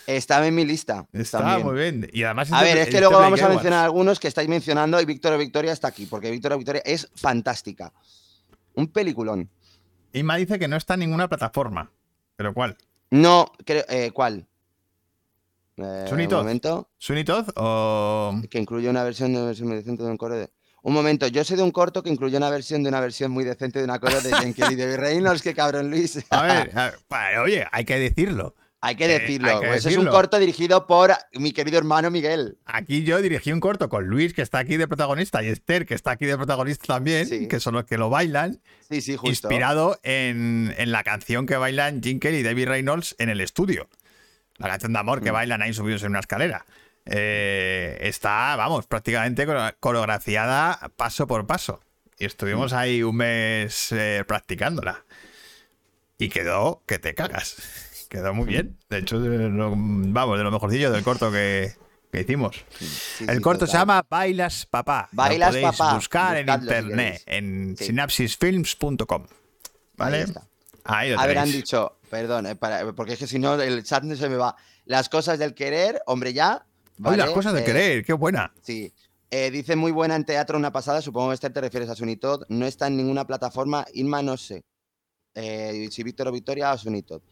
S4: Estaba en mi lista.
S1: Está
S4: también.
S1: muy bien. Este Y además,
S4: A ver,
S1: interpre-
S4: es que luego
S1: interpreta
S4: vamos a
S1: Edwards.
S4: mencionar algunos que estáis mencionando y Víctor Victoria está aquí, porque Víctor Victoria es fantástica. Un peliculón.
S1: Inma dice que no está en ninguna plataforma. ¿Pero cuál?
S4: No, creo, eh, ¿cuál? Eh,
S1: Sweeney
S4: un
S1: Todd.
S4: momento,
S1: ¿Sunny Todd o.?
S4: que incluye una versión de una versión muy decente de un coro de... Un momento, yo sé de un corto que incluye una versión de una versión muy decente de una coro de Jane Kelly y Debbie Reynolds, que cabrón Luis.
S1: A ver, a ver, pa- oye, hay que decirlo.
S4: hay que
S1: eh, hay
S4: decirlo.
S1: que
S4: pues Es un
S1: decirlo.
S4: corto dirigido por mi querido hermano Miguel.
S1: Aquí yo dirigí un corto con Luis, que está aquí de protagonista, y Esther, que está aquí de protagonista también,
S4: Sí.
S1: que son los que lo bailan,
S4: Sí, sí, justo.
S1: inspirado en, en la canción que bailan Jinkel y David Reynolds en el estudio. La canción de amor que
S4: Mm.
S1: bailan ahí subidos en una escalera. Eh, está, vamos, prácticamente core- coreografiada paso por paso. Y
S4: Mm.
S1: estuvimos ahí un mes eh, practicándola. Y quedó que te cagas. Quedó muy bien. De hecho, de lo- vamos, de lo mejorcillo del corto que, que hicimos.
S4: Sí, sí,
S1: El
S4: sí,
S1: corto se
S4: total.
S1: llama Bailas Papá. Lo
S4: Bailas
S1: podéis
S4: Papá.
S1: buscar en
S4: Buscadlo si
S1: internet,
S4: queréis.
S1: en
S4: Sí.
S1: sinapsisfilms.com. ¿Vale?
S4: Ahí está.
S1: Ahí lo
S4: A ver, han
S1: tenéis.
S4: dicho, perdón, eh, para- porque es que si no el chat no se me va. Las cosas del querer, hombre, ya.
S1: Oye, las
S4: ¿vale?
S1: cosas de
S4: Eh,
S1: querer, qué buena.
S4: Sí. Eh, dice muy buena en teatro una pasada, supongo que Esther te refieres a Sunitod. No está en ninguna plataforma, Inma no sé. Eh, si Víctor o Victoria o Sunitod.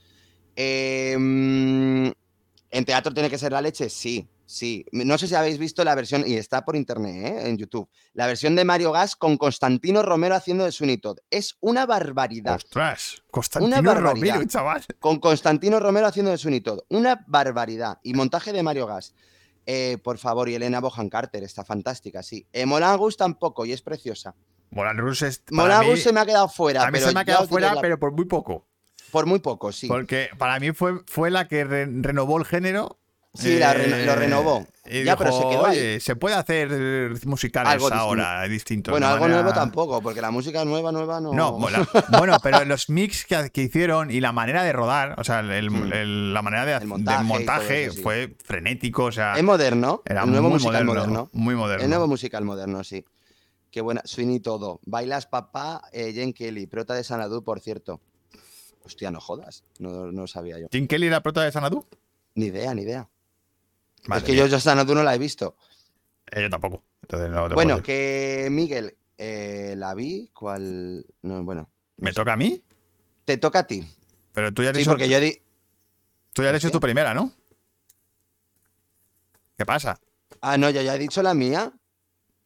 S4: Eh, mm, ¿En teatro tiene que ser la leche? Sí, sí. No sé si habéis visto la versión, y está por internet, ¿eh? en YouTube, la versión de Mario Gas con Constantino Romero haciendo de Sunitod. Es una barbaridad.
S1: Ostras, Constantino
S4: barbaridad.
S1: Romero, chaval.
S4: Con Constantino Romero haciendo de Sunny Todd. Una barbaridad. Y montaje de Mario Gas. Eh, por favor, y Elena Bohan Carter, está fantástica, sí. Eh, Molan Gus tampoco, y es preciosa.
S1: Molan Rus es. para
S4: Molan
S1: mí-
S4: Gus se me ha quedado fuera.
S1: a mí
S4: pero
S1: se me ha
S4: ya
S1: quedado
S4: os diré
S1: fuera,
S4: la-
S1: pero por muy poco.
S4: Por muy poco, sí.
S1: Porque para mí fue, fue la que re- renovó el género.
S4: Sí, la re- lo
S1: eh,
S4: renovó.
S1: y
S4: Ya, pero
S1: dijo,
S4: se quedó ahí.
S1: Oye, se puede hacer eh, musicales
S4: Algo distinto.
S1: ahora distintos.
S4: Bueno,
S1: de
S4: algo
S1: manera-
S4: nuevo tampoco, porque la música nueva, nueva no.
S1: No, mola. Bueno, pero los mix que, que hicieron y la manera de rodar, o sea, el- el-
S4: Mm.
S1: el- la manera de,
S4: El
S1: del
S4: montaje
S1: montaje,
S4: y todo eso, sí.
S1: fue frenético, o sea,
S4: Es moderno.
S1: era
S4: el nuevo
S1: muy,
S4: musical
S1: moderno,
S4: moderno.
S1: muy moderno.
S4: El nuevo musical moderno, sí. Qué buena. Sweeney todo. Bailas papá, eh, Jane Kelly, prota de Sanadu, por cierto. Hostia, no jodas. No, no sabía yo.
S1: ¿Jim Kelly era prota de Sanadu?
S4: Ni idea, ni idea.
S1: Madre
S4: es que
S1: mía,
S4: yo ya Sanadu no la he visto.
S1: eh, yo tampoco. Entonces no te puedo
S4: Bueno,
S1: decir.
S4: que Miguel, eh, la vi, cual. No, bueno.
S1: ¿me toca a mí?
S4: Te toca a ti.
S1: Pero tú ya has
S4: Sí,
S1: hecho,
S4: porque yo ¿Eh? di.
S1: tú ya has
S4: ¿Por
S1: hecho
S4: qué?
S1: tu primera, ¿no? ¿Qué pasa?
S4: Ah, no, yo ya he dicho la mía.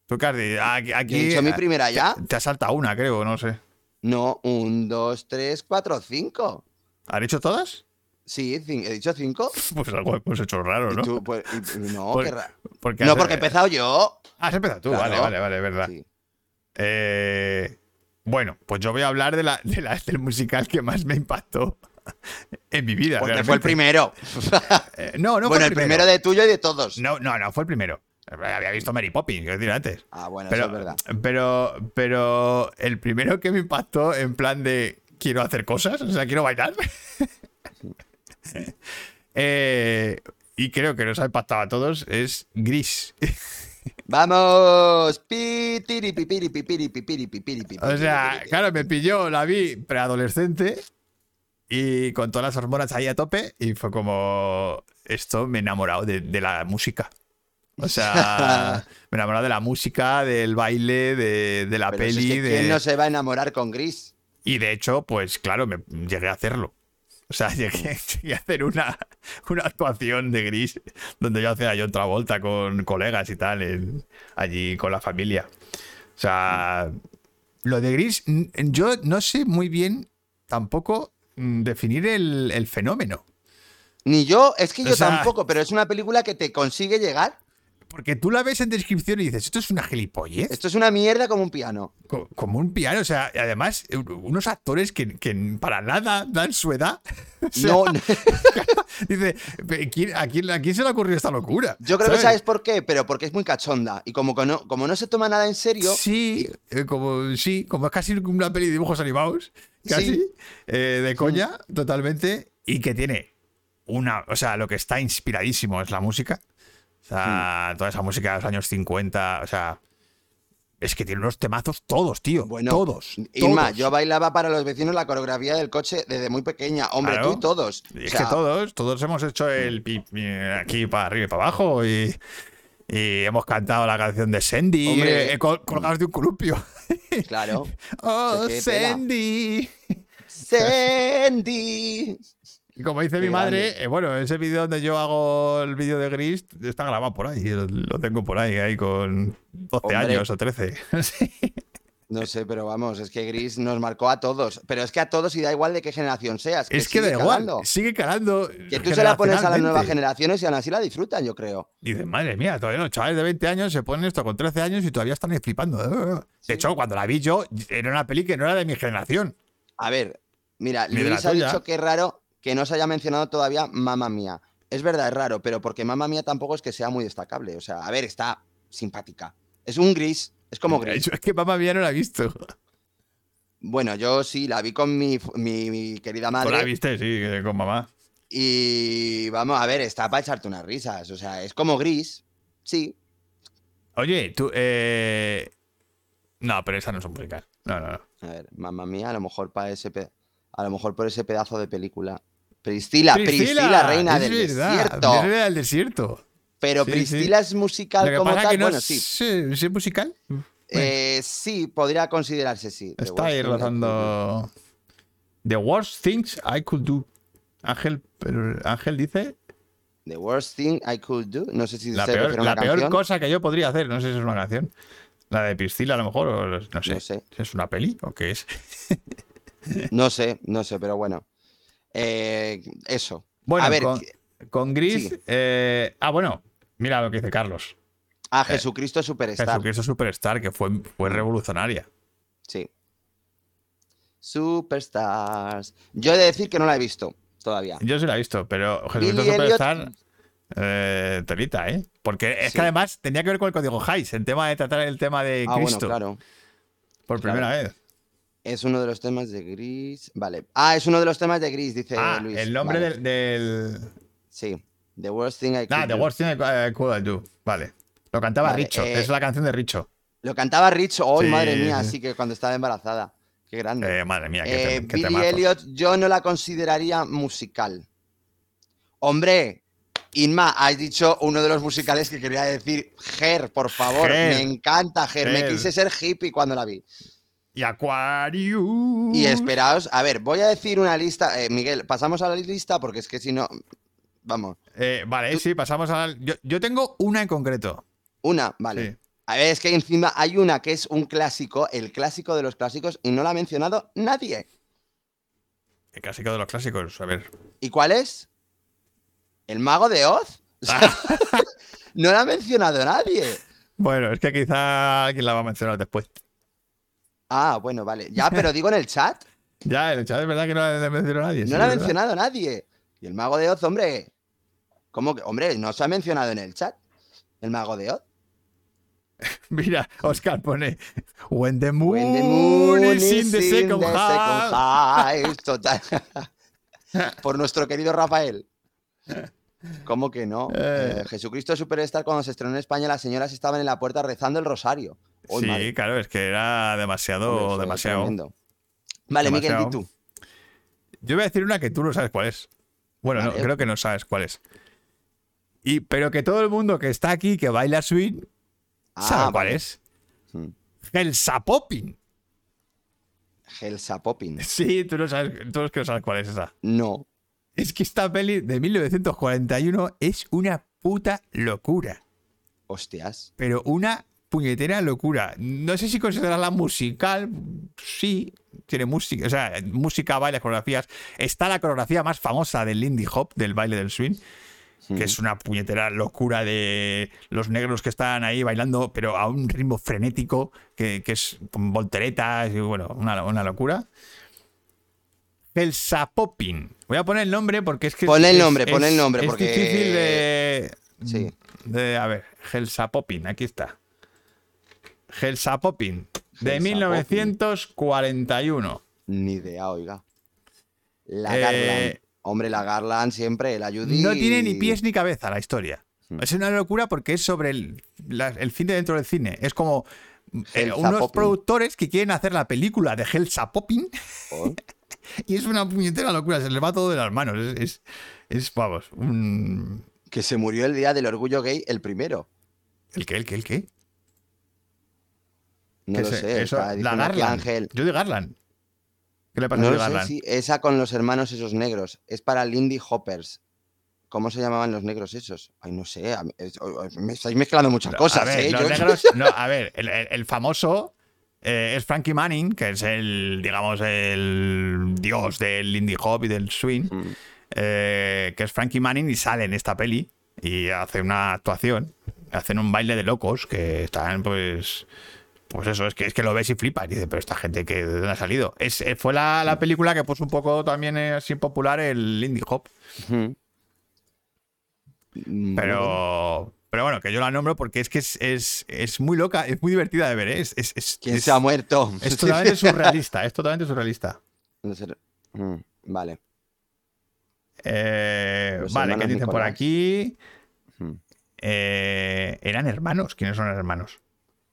S1: Tú, Cardi, aquí,
S4: Yo he
S1: aquí eh, ah,
S4: dicho mi primera ya.
S1: te ha saltado una, creo, no sé.
S4: No, un, dos, tres, cuatro, cinco.
S1: ¿Has hecho todas?
S4: Sí, cin- he dicho cinco.
S1: Pues algo hemos hecho raro,
S4: Y
S1: ¿no?
S4: tú, pues, y- no,
S1: Por-
S4: qué ra-
S1: Porque
S4: no,
S1: has-
S4: porque he empezado yo.
S1: Has empezado tú, vale,
S4: Claro.
S1: vale, vale, es verdad.
S4: Sí.
S1: Eh, bueno, pues yo voy a hablar de la, de la- del musical que más me impactó en mi vida.
S4: Porque
S1: realmente.
S4: fue el primero.
S1: Eh, no, no fue
S4: bueno, el primero de tuyo y de todos.
S1: No, no, no, fue el primero. Había visto Mary Poppins, quiero decir, antes.
S4: Ah, bueno,
S1: Pero,
S4: eso es verdad.
S1: pero, pero el primero que me impactó en plan de quiero hacer cosas, o sea, quiero bailar. Eh, y creo que nos ha impactado a todos, es Gris.
S4: Vamos. Pi, tiri, pi, piri, pi, piri, pi, piri, pi, piri, pi,
S1: O
S4: piri,
S1: sea,
S4: piri,
S1: claro, me pilló, la vi preadolescente y con todas las hormonas ahí a tope y fue como, esto me he enamorado de, de la música. O sea, me he enamorado de la música, del baile, de, de la
S4: Pero si
S1: peli.
S4: es que
S1: de...
S4: ¿Quién no se va a enamorar con Gris?
S1: Y de hecho, pues claro, me llegué a hacerlo. O sea, llegué, llegué a hacer una, una actuación de gris donde yo hacía yo otra vuelta con colegas y tal, en- allí con la familia. O sea, lo de gris, n- yo no sé muy bien tampoco mm, definir el, el fenómeno.
S4: Ni yo, es que
S1: O
S4: yo
S1: sea-
S4: tampoco, pero es una película que te consigue llegar.
S1: Porque tú la ves en descripción y dices, esto es una gilipollez.
S4: Esto es una mierda como un piano.
S1: Co- Como un piano, o sea, y además, eh, unos actores que, que para nada dan su edad. O sea,
S4: No,
S1: Dice, "¿Pero quién- a, quién, a quién se le ha ocurrido esta locura?
S4: yo creo que sabes por qué, pero porque es muy cachonda. Y como, que no, como no se toma nada en serio,
S1: Sí, eh, como, sí, como es casi una peli de dibujos animados, casi,
S4: Sí.
S1: eh, de coña, totalmente, y que tiene una, o sea, lo que está inspiradísimo es la música, o sea, toda esa música de los años 50, o sea, Es que tiene unos temazos todos, tío.
S4: Bueno,
S1: todos.
S4: Irma,
S1: todos.
S4: yo bailaba para los vecinos la coreografía del coche desde muy pequeña. Hombre,
S1: Claro.
S4: tú y todos.
S1: Y es
S4: O sea,
S1: que todos, todos hemos hecho el pi- pi- aquí para arriba y para abajo y, y hemos cantado la canción de Sandy
S4: Hombre.
S1: eh, col- colgados de un columpio.
S4: Claro.
S1: ¡Oh,
S4: Es que pela.
S1: Sandy!
S4: Sandy.
S1: Y como dice
S4: Qué
S1: mi madre,
S4: grande.
S1: eh, bueno, ese vídeo donde yo hago el vídeo de Gris está grabado por ahí, lo lo tengo por ahí, ahí con 12
S4: Hombre.
S1: años o 13. Sí. Eh
S4: No sé, pero vamos, es que Gris nos marcó a todos. Pero es que a todos y da igual de qué generación seas.
S1: es que da
S4: sigue
S1: igual,
S4: calando.
S1: sigue calando.
S4: Que tú se la pones a las
S1: generacionalmente.
S4: nuevas generaciones y aún así la disfrutan, yo creo.
S1: Y dices, madre mía, todavía los chavales de 20 años se ponen esto con 13 años y todavía están ahí flipando. De hecho, cuando la vi yo, era una peli que no era de mi generación.
S4: A ver, mira,
S1: Ni de la
S4: Luis ha
S1: tuya.
S4: dicho que es raro que no se haya mencionado todavía Mamma Mía. Es verdad, es raro, pero porque Mamma Mía tampoco es que sea muy destacable. O sea, a ver, está simpática. Es un gris, es como gris.
S1: Yo es que mamá mía no la he visto.
S4: Bueno, yo sí, la vi con mi, mi- mi querida
S1: Tú la
S4: madre.
S1: viste, sí, eh, con mamá.
S4: Y vamos, a ver, está para echarte unas risas. O sea, es como gris, sí.
S1: Oye, tú. eh, No, pero esa no es un musical. No, no, no.
S4: A ver, Mamma Mía, a lo mejor para ese pe- a lo mejor por ese pedazo de película. Priscila, Priscila, reina
S1: es
S4: del
S1: verdad,
S4: desierto.
S1: Reina del desierto.
S4: Pero
S1: Sí, sí.
S4: Priscila es
S1: Lo
S4: musical
S1: que
S4: como
S1: pasa
S4: tal.
S1: que no
S4: bueno,
S1: es,
S4: sí.
S1: ¿sí, sí es musical.
S4: Eh, sí, podría considerarse sí. The
S1: Está
S4: Worst
S1: ahí
S4: Thing I Could
S1: rozando. The worst things I could do. Ángel, pero Ángel dice
S4: Do. The worst thing I could do. No sé si
S1: la
S4: se
S1: peor,
S4: refiere a una
S1: la peor
S4: canción.
S1: cosa que yo podría hacer. No sé si es una canción. La de Priscila, a lo mejor, o no sé.
S4: No sé.
S1: ¿Es una peli o qué es?
S4: No sé, no sé, pero bueno. Eh, eso.
S1: Bueno,
S4: a ver,
S1: con, con Gris.
S4: sí.
S1: eh, ah, bueno, mira lo que dice Carlos. eh,
S4: a Jesucristo Superstar.
S1: Jesucristo Superstar, que fue, fue revolucionaria.
S4: Sí. Superstars. Yo he de decir que no la he visto todavía.
S1: Yo sí la he visto, pero Jesucristo
S4: Billy Elliot-
S1: Superstar. eh, telita, ¿eh? Porque es
S4: Sí.
S1: que además tenía que ver con el código Hayes, el tema de tratar el tema de
S4: Ah, bueno,
S1: Cristo
S4: claro.
S1: por
S4: claro.
S1: primera vez.
S4: Es uno de los temas de Gris. Vale. Ah, es uno de los temas de Gris, dice
S1: ah,
S4: Eh, Luis.
S1: el nombre
S4: Vale.
S1: del, del.
S4: Sí. The worst thing I could
S1: Ah, The
S4: do.
S1: Worst Thing I Could- I Could Do. Vale. Lo cantaba
S4: Vale,
S1: Richo.
S4: eh,
S1: Es la canción de Richo.
S4: Lo cantaba Rich hoy,
S1: Sí,
S4: madre mía,
S1: sí.
S4: así que cuando estaba embarazada. Qué grande.
S1: Eh, madre mía, qué,
S4: Eh,
S1: te, qué
S4: Billy
S1: temazo.
S4: Elliot, yo no la consideraría musical. Hombre, Inma, has dicho uno de los musicales que quería decir. Ger, por favor,
S1: Her.
S4: me encanta Ger. Me
S1: Her.
S4: quise ser hippie cuando la vi.
S1: Y Aquarius.
S4: Y esperaos, a ver, voy a decir una lista. eh, Miguel, pasamos a la lista porque es que si no. Vamos,
S1: Eh, vale, sí, pasamos a la- Yo, yo tengo una en concreto.
S4: una, vale.
S1: Sí.
S4: A ver, es que encima hay una que es un clásico, el clásico de los clásicos, y no la ha mencionado nadie.
S1: El clásico de los clásicos. A ver.
S4: ¿Y cuál es? ¿El mago de Oz? O sea, no lo ha mencionado nadie.
S1: Bueno, es que quizá alguien la va a mencionar después.
S4: Ah, bueno, vale. Ya, pero digo en el chat.
S1: Ya, el chat es verdad que no la ha mencionado nadie. sí,
S4: No lo ha
S1: ¿verdad?
S4: mencionado nadie. Y el mago de Oz, hombre. ¿Cómo que? Hombre, no se ha mencionado en el chat. El mago de Oz.
S1: Mira, Oscar pone When the moon,
S4: When the moon
S1: is
S4: is
S1: in the
S4: in
S1: second
S4: the
S1: half.
S4: second half. Total. Por nuestro querido Rafael. ¿Cómo que no?
S1: Eh.
S4: Eh, Jesucristo Superstar, cuando se estrenó en España, las señoras estaban en la puerta rezando el rosario. Uy,
S1: sí,
S4: madre,
S1: claro, es que era demasiado,
S4: hombre, fue
S1: demasiado.
S4: tremendo. Vale, Miguel,
S1: Demasiado.
S4: di tú.
S1: Yo voy a decir una que tú no sabes cuál es. Bueno, no,
S4: Vale.
S1: creo que no sabes cuál es. Y, pero que todo el mundo que está aquí, que baila swing, sabe
S4: Ah,
S1: cuál
S4: vale.
S1: es.
S4: Mm.
S1: Gelsa Popping.
S4: Helsa Poppin.
S1: Sí, tú no sabes, todos que no sabes cuál es esa.
S4: No.
S1: Es que esta peli de 1941 es una puta locura.
S4: Hostias.
S1: Pero una puñetera locura. No sé si considerarla musical. Sí, tiene música. O sea, música, bailes, coreografías. Está la coreografía más famosa del Lindy Hop, del baile del swing.
S4: Mm.
S1: que es una puñetera locura de los negros que están ahí bailando, pero a un ritmo frenético, que, que es con volteretas y bueno, una, una locura. El Sapopin. Voy a poner el nombre porque es que.
S4: Pon el
S1: es-
S4: nombre,
S1: es-
S4: pon el nombre,
S1: es
S4: porque-
S1: difícil de.
S4: Sí.
S1: de- a ver, Helsapopin, aquí está. Helsapopin, de
S4: Helsapopin.
S1: 1941.
S4: Ni idea, oiga. La
S1: Eh,
S4: Garland. Hombre, la Garland siempre, la Judy.
S1: No tiene ni pies ni cabeza la historia.
S4: Hmm.
S1: Es una locura porque es sobre el, la- el fin de dentro del cine. Es como eh,
S4: Hell's a
S1: unos
S4: Poppin'.
S1: productores que quieren hacer la película de Hell's a Poppin'
S4: Oh,
S1: y es una puñetera locura, se les va todo de las manos. Es, es, es, vamos, un-
S4: que se murió el día del orgullo gay, el primero.
S1: ¿El qué? ¿El qué? ¿El qué?
S4: No
S1: Que
S4: lo
S1: se-
S4: sé.
S1: eso-
S4: está
S1: la
S4: diciendo aquí
S1: Garland.
S4: Ángel.
S1: Yo de Garland. ¿Qué le pasa
S4: No
S1: a
S4: lo
S1: Judy
S4: sé,
S1: Garland?
S4: sí, esa con los hermanos esos negros. Es para Lindy Hoppers. ¿Cómo se llamaban los negros esos? Ay, no sé. a mí- es- o- o- Me estáis mezclando muchas
S1: Pero,
S4: cosas,
S1: a ver,
S4: ¿eh?
S1: los
S4: Yo-
S1: negros- no, a ver, el, el- el famoso eh, es Frankie Manning, que es el, digamos, el dios del indie hop y del swing,
S4: Mm.
S1: eh, que es Frankie Manning y sale en esta peli y hace una actuación, hacen un baile de locos que están, pues, pues eso, es que, es que lo ves y flipas, y dices, pero esta gente que de dónde ha salido. Es, eh, fue la,
S4: Mm.
S1: la película que puso un poco también eh, así popular el indie hop.
S4: Ujú. Mm, bueno,
S1: Pero, pero bueno, que yo la nombro porque es que es, es, es muy loca, es muy divertida de ver. ¿eh? Es, es, es-
S4: ¿Quién
S1: es-
S4: se ha muerto?
S1: es totalmente surrealista, es totalmente surrealista.
S4: No sé. Mm, Vale.
S1: Eh,
S4: Los
S1: vale, ¿qué
S4: hermanos
S1: dicen por
S4: Nicolás.
S1: aquí?
S4: Mm.
S1: Eh, ¿Eran hermanos? ¿Quiénes son hermanos?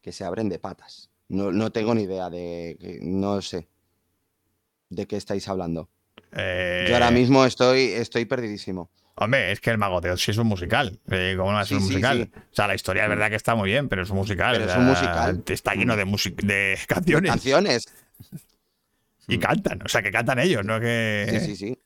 S4: Que se abren de patas. No, no tengo ni idea de. que- No sé. ¿De qué estáis hablando?
S1: Eh,
S4: Yo ahora mismo estoy, estoy perdidísimo.
S1: Hombre, es que el Mago de Oz sí es un musical. Eh, ¿Cómo no va a ser
S4: Sí,
S1: un
S4: sí,
S1: musical?
S4: sí. Mm.
S1: O sea, la historia es verdad que está muy bien, pero es un musical.
S4: Pero es
S1: o
S4: un
S1: sea,
S4: musical. Mm.
S1: Está lleno de, música- de canciones.
S4: Canciones.
S1: Y cantan. O sea, que cantan ellos, ¿no? Que...
S4: Sí, sí, sí.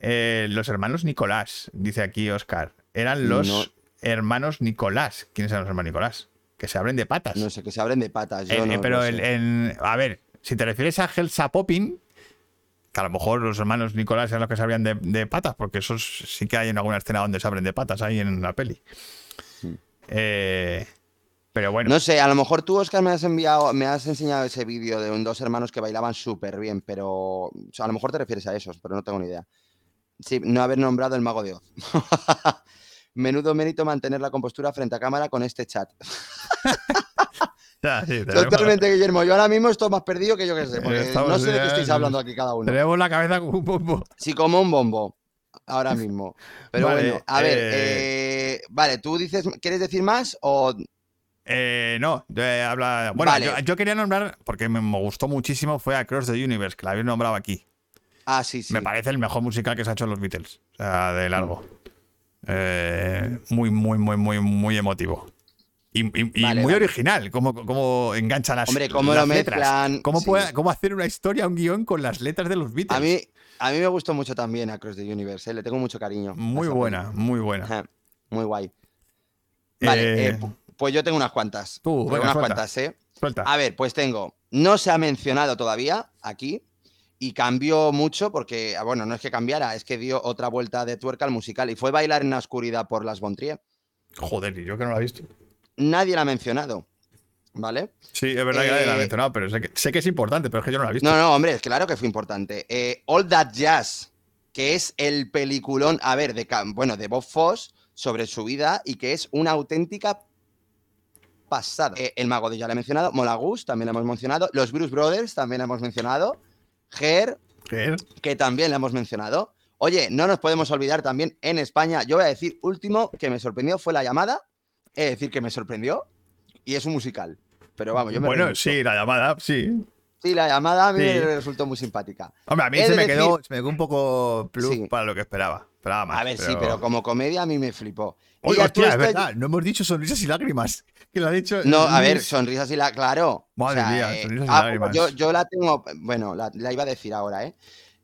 S1: Eh, los hermanos Nicolás, dice aquí Oscar. Eran los
S4: No.
S1: hermanos Nicolás. ¿Quiénes eran los hermanos Nicolás? Que se abren de patas.
S4: No sé, que se abren de patas.
S1: Eh,
S4: Yo
S1: eh,
S4: no-
S1: pero
S4: no
S1: el-
S4: sé.
S1: en- a ver, si te refieres a Helsa Poppin, que a lo mejor los hermanos Nicolás eran los que se abrían de, de patas, porque esos sí que hay en alguna escena donde se abren de patas ahí en la peli. Eh, pero bueno,
S4: No sé, a lo mejor tú, Oscar, me has enviado, me has enseñado ese vídeo de un- dos hermanos que bailaban súper bien, pero o sea, a lo mejor te refieres a esos, pero no tengo ni idea. Sí, no haber nombrado el mago de Oz. Menudo mérito mantener la compostura frente a cámara con este chat.
S1: ya, sí, tenemos,
S4: Totalmente, Guillermo. Yo ahora mismo estoy más perdido que yo que sé, porque
S1: Estamos
S4: no sé de
S1: ya-
S4: qué estáis hablando aquí cada uno.
S1: tenemos la cabeza como un bombo.
S4: Sí, como un bombo. Ahora mismo. Pero
S1: Vale,
S4: bueno, a ver,
S1: eh,
S4: eh, vale, tú dices, ¿quieres decir más? O
S1: Eh, no, eh, habla. Bueno,
S4: Vale.
S1: yo, yo quería nombrar, porque me, me gustó muchísimo, fue a Cross the Universe, que la habéis nombrado aquí.
S4: ah, sí, sí.
S1: Me parece el mejor musical que se ha hecho en los Beatles. O sea, de largo.
S4: Mm.
S1: Eh, muy, muy, muy, muy, muy emotivo. Y, y- y
S4: Vale,
S1: muy
S4: vale.
S1: original, cómo, cómo engancha las,
S4: Hombre, cómo
S1: las
S4: lo
S1: letras.
S4: mezclan,
S1: ¿Cómo,
S4: sí.
S1: puede- cómo hacer una historia, un guión con las letras de los Beatles.
S4: A mí, a mí me gustó mucho también a Cross the Universe, ¿eh? le tengo mucho cariño. a
S1: muy
S4: esa
S1: buena, muy
S4: peli.
S1: buena.
S4: Ajá, Muy guay. Vale,
S1: Eh,
S4: eh, pu- pues yo tengo unas cuantas.
S1: tú,
S4: Tengo
S1: venga,
S4: unas
S1: suelta.
S4: cuantas, ¿eh?
S1: suelta.
S4: A ver, pues tengo. No se ha mencionado todavía aquí y cambió mucho porque, ah, bueno, no es que cambiara, es que dio otra vuelta de tuerca al musical y fue bailar en la oscuridad por las Bontrier.
S1: Joder, y yo que no la he visto.
S4: Nadie la ha mencionado, ¿vale?
S1: Sí, es verdad que nadie la ha
S4: Eh,
S1: mencionado, pero sé que, sé que es importante, pero es que yo no la he visto.
S4: No, no, hombre, es claro que fue importante. Eh, All That Jazz, que es el peliculón, a ver, de, Cam- bueno, de Bob Foss sobre su vida y que es una auténtica pasada. Eh, el Mago de ya lo he mencionado, Molagus también lo hemos mencionado, los Bruce Brothers también lo hemos mencionado, Ger,
S1: ¿Qué?
S4: que también la hemos mencionado. Oye, no nos podemos olvidar también en España, yo voy a decir, último que me sorprendió fue La Llamada, es decir, que me sorprendió y es un musical. Pero vamos, yo me reí
S1: Bueno,
S4: mucho.
S1: sí, la llamada, sí.
S4: Sí, la llamada a mí
S1: Sí.
S4: me resultó muy simpática.
S1: Hombre, a mí
S4: He
S1: se
S4: de
S1: me, quedó,
S4: decir-
S1: se me quedó un poco plus
S4: Sí.
S1: para lo que esperaba. Esperaba más.
S4: A ver, sí, pero como comedia a mí me flipó.
S1: Oye,
S4: ya tú
S1: hostia, es
S4: estás-
S1: verdad, no hemos dicho sonrisas y lágrimas. Que lo ha dicho.
S4: No, a ver,
S1: Luis.
S4: sonrisas y la. Claro. eh,
S1: Madre mía, sonrisas y lágrimas.
S4: ah, Yo, yo la tengo. Bueno, la, la iba a decir ahora, ¿eh?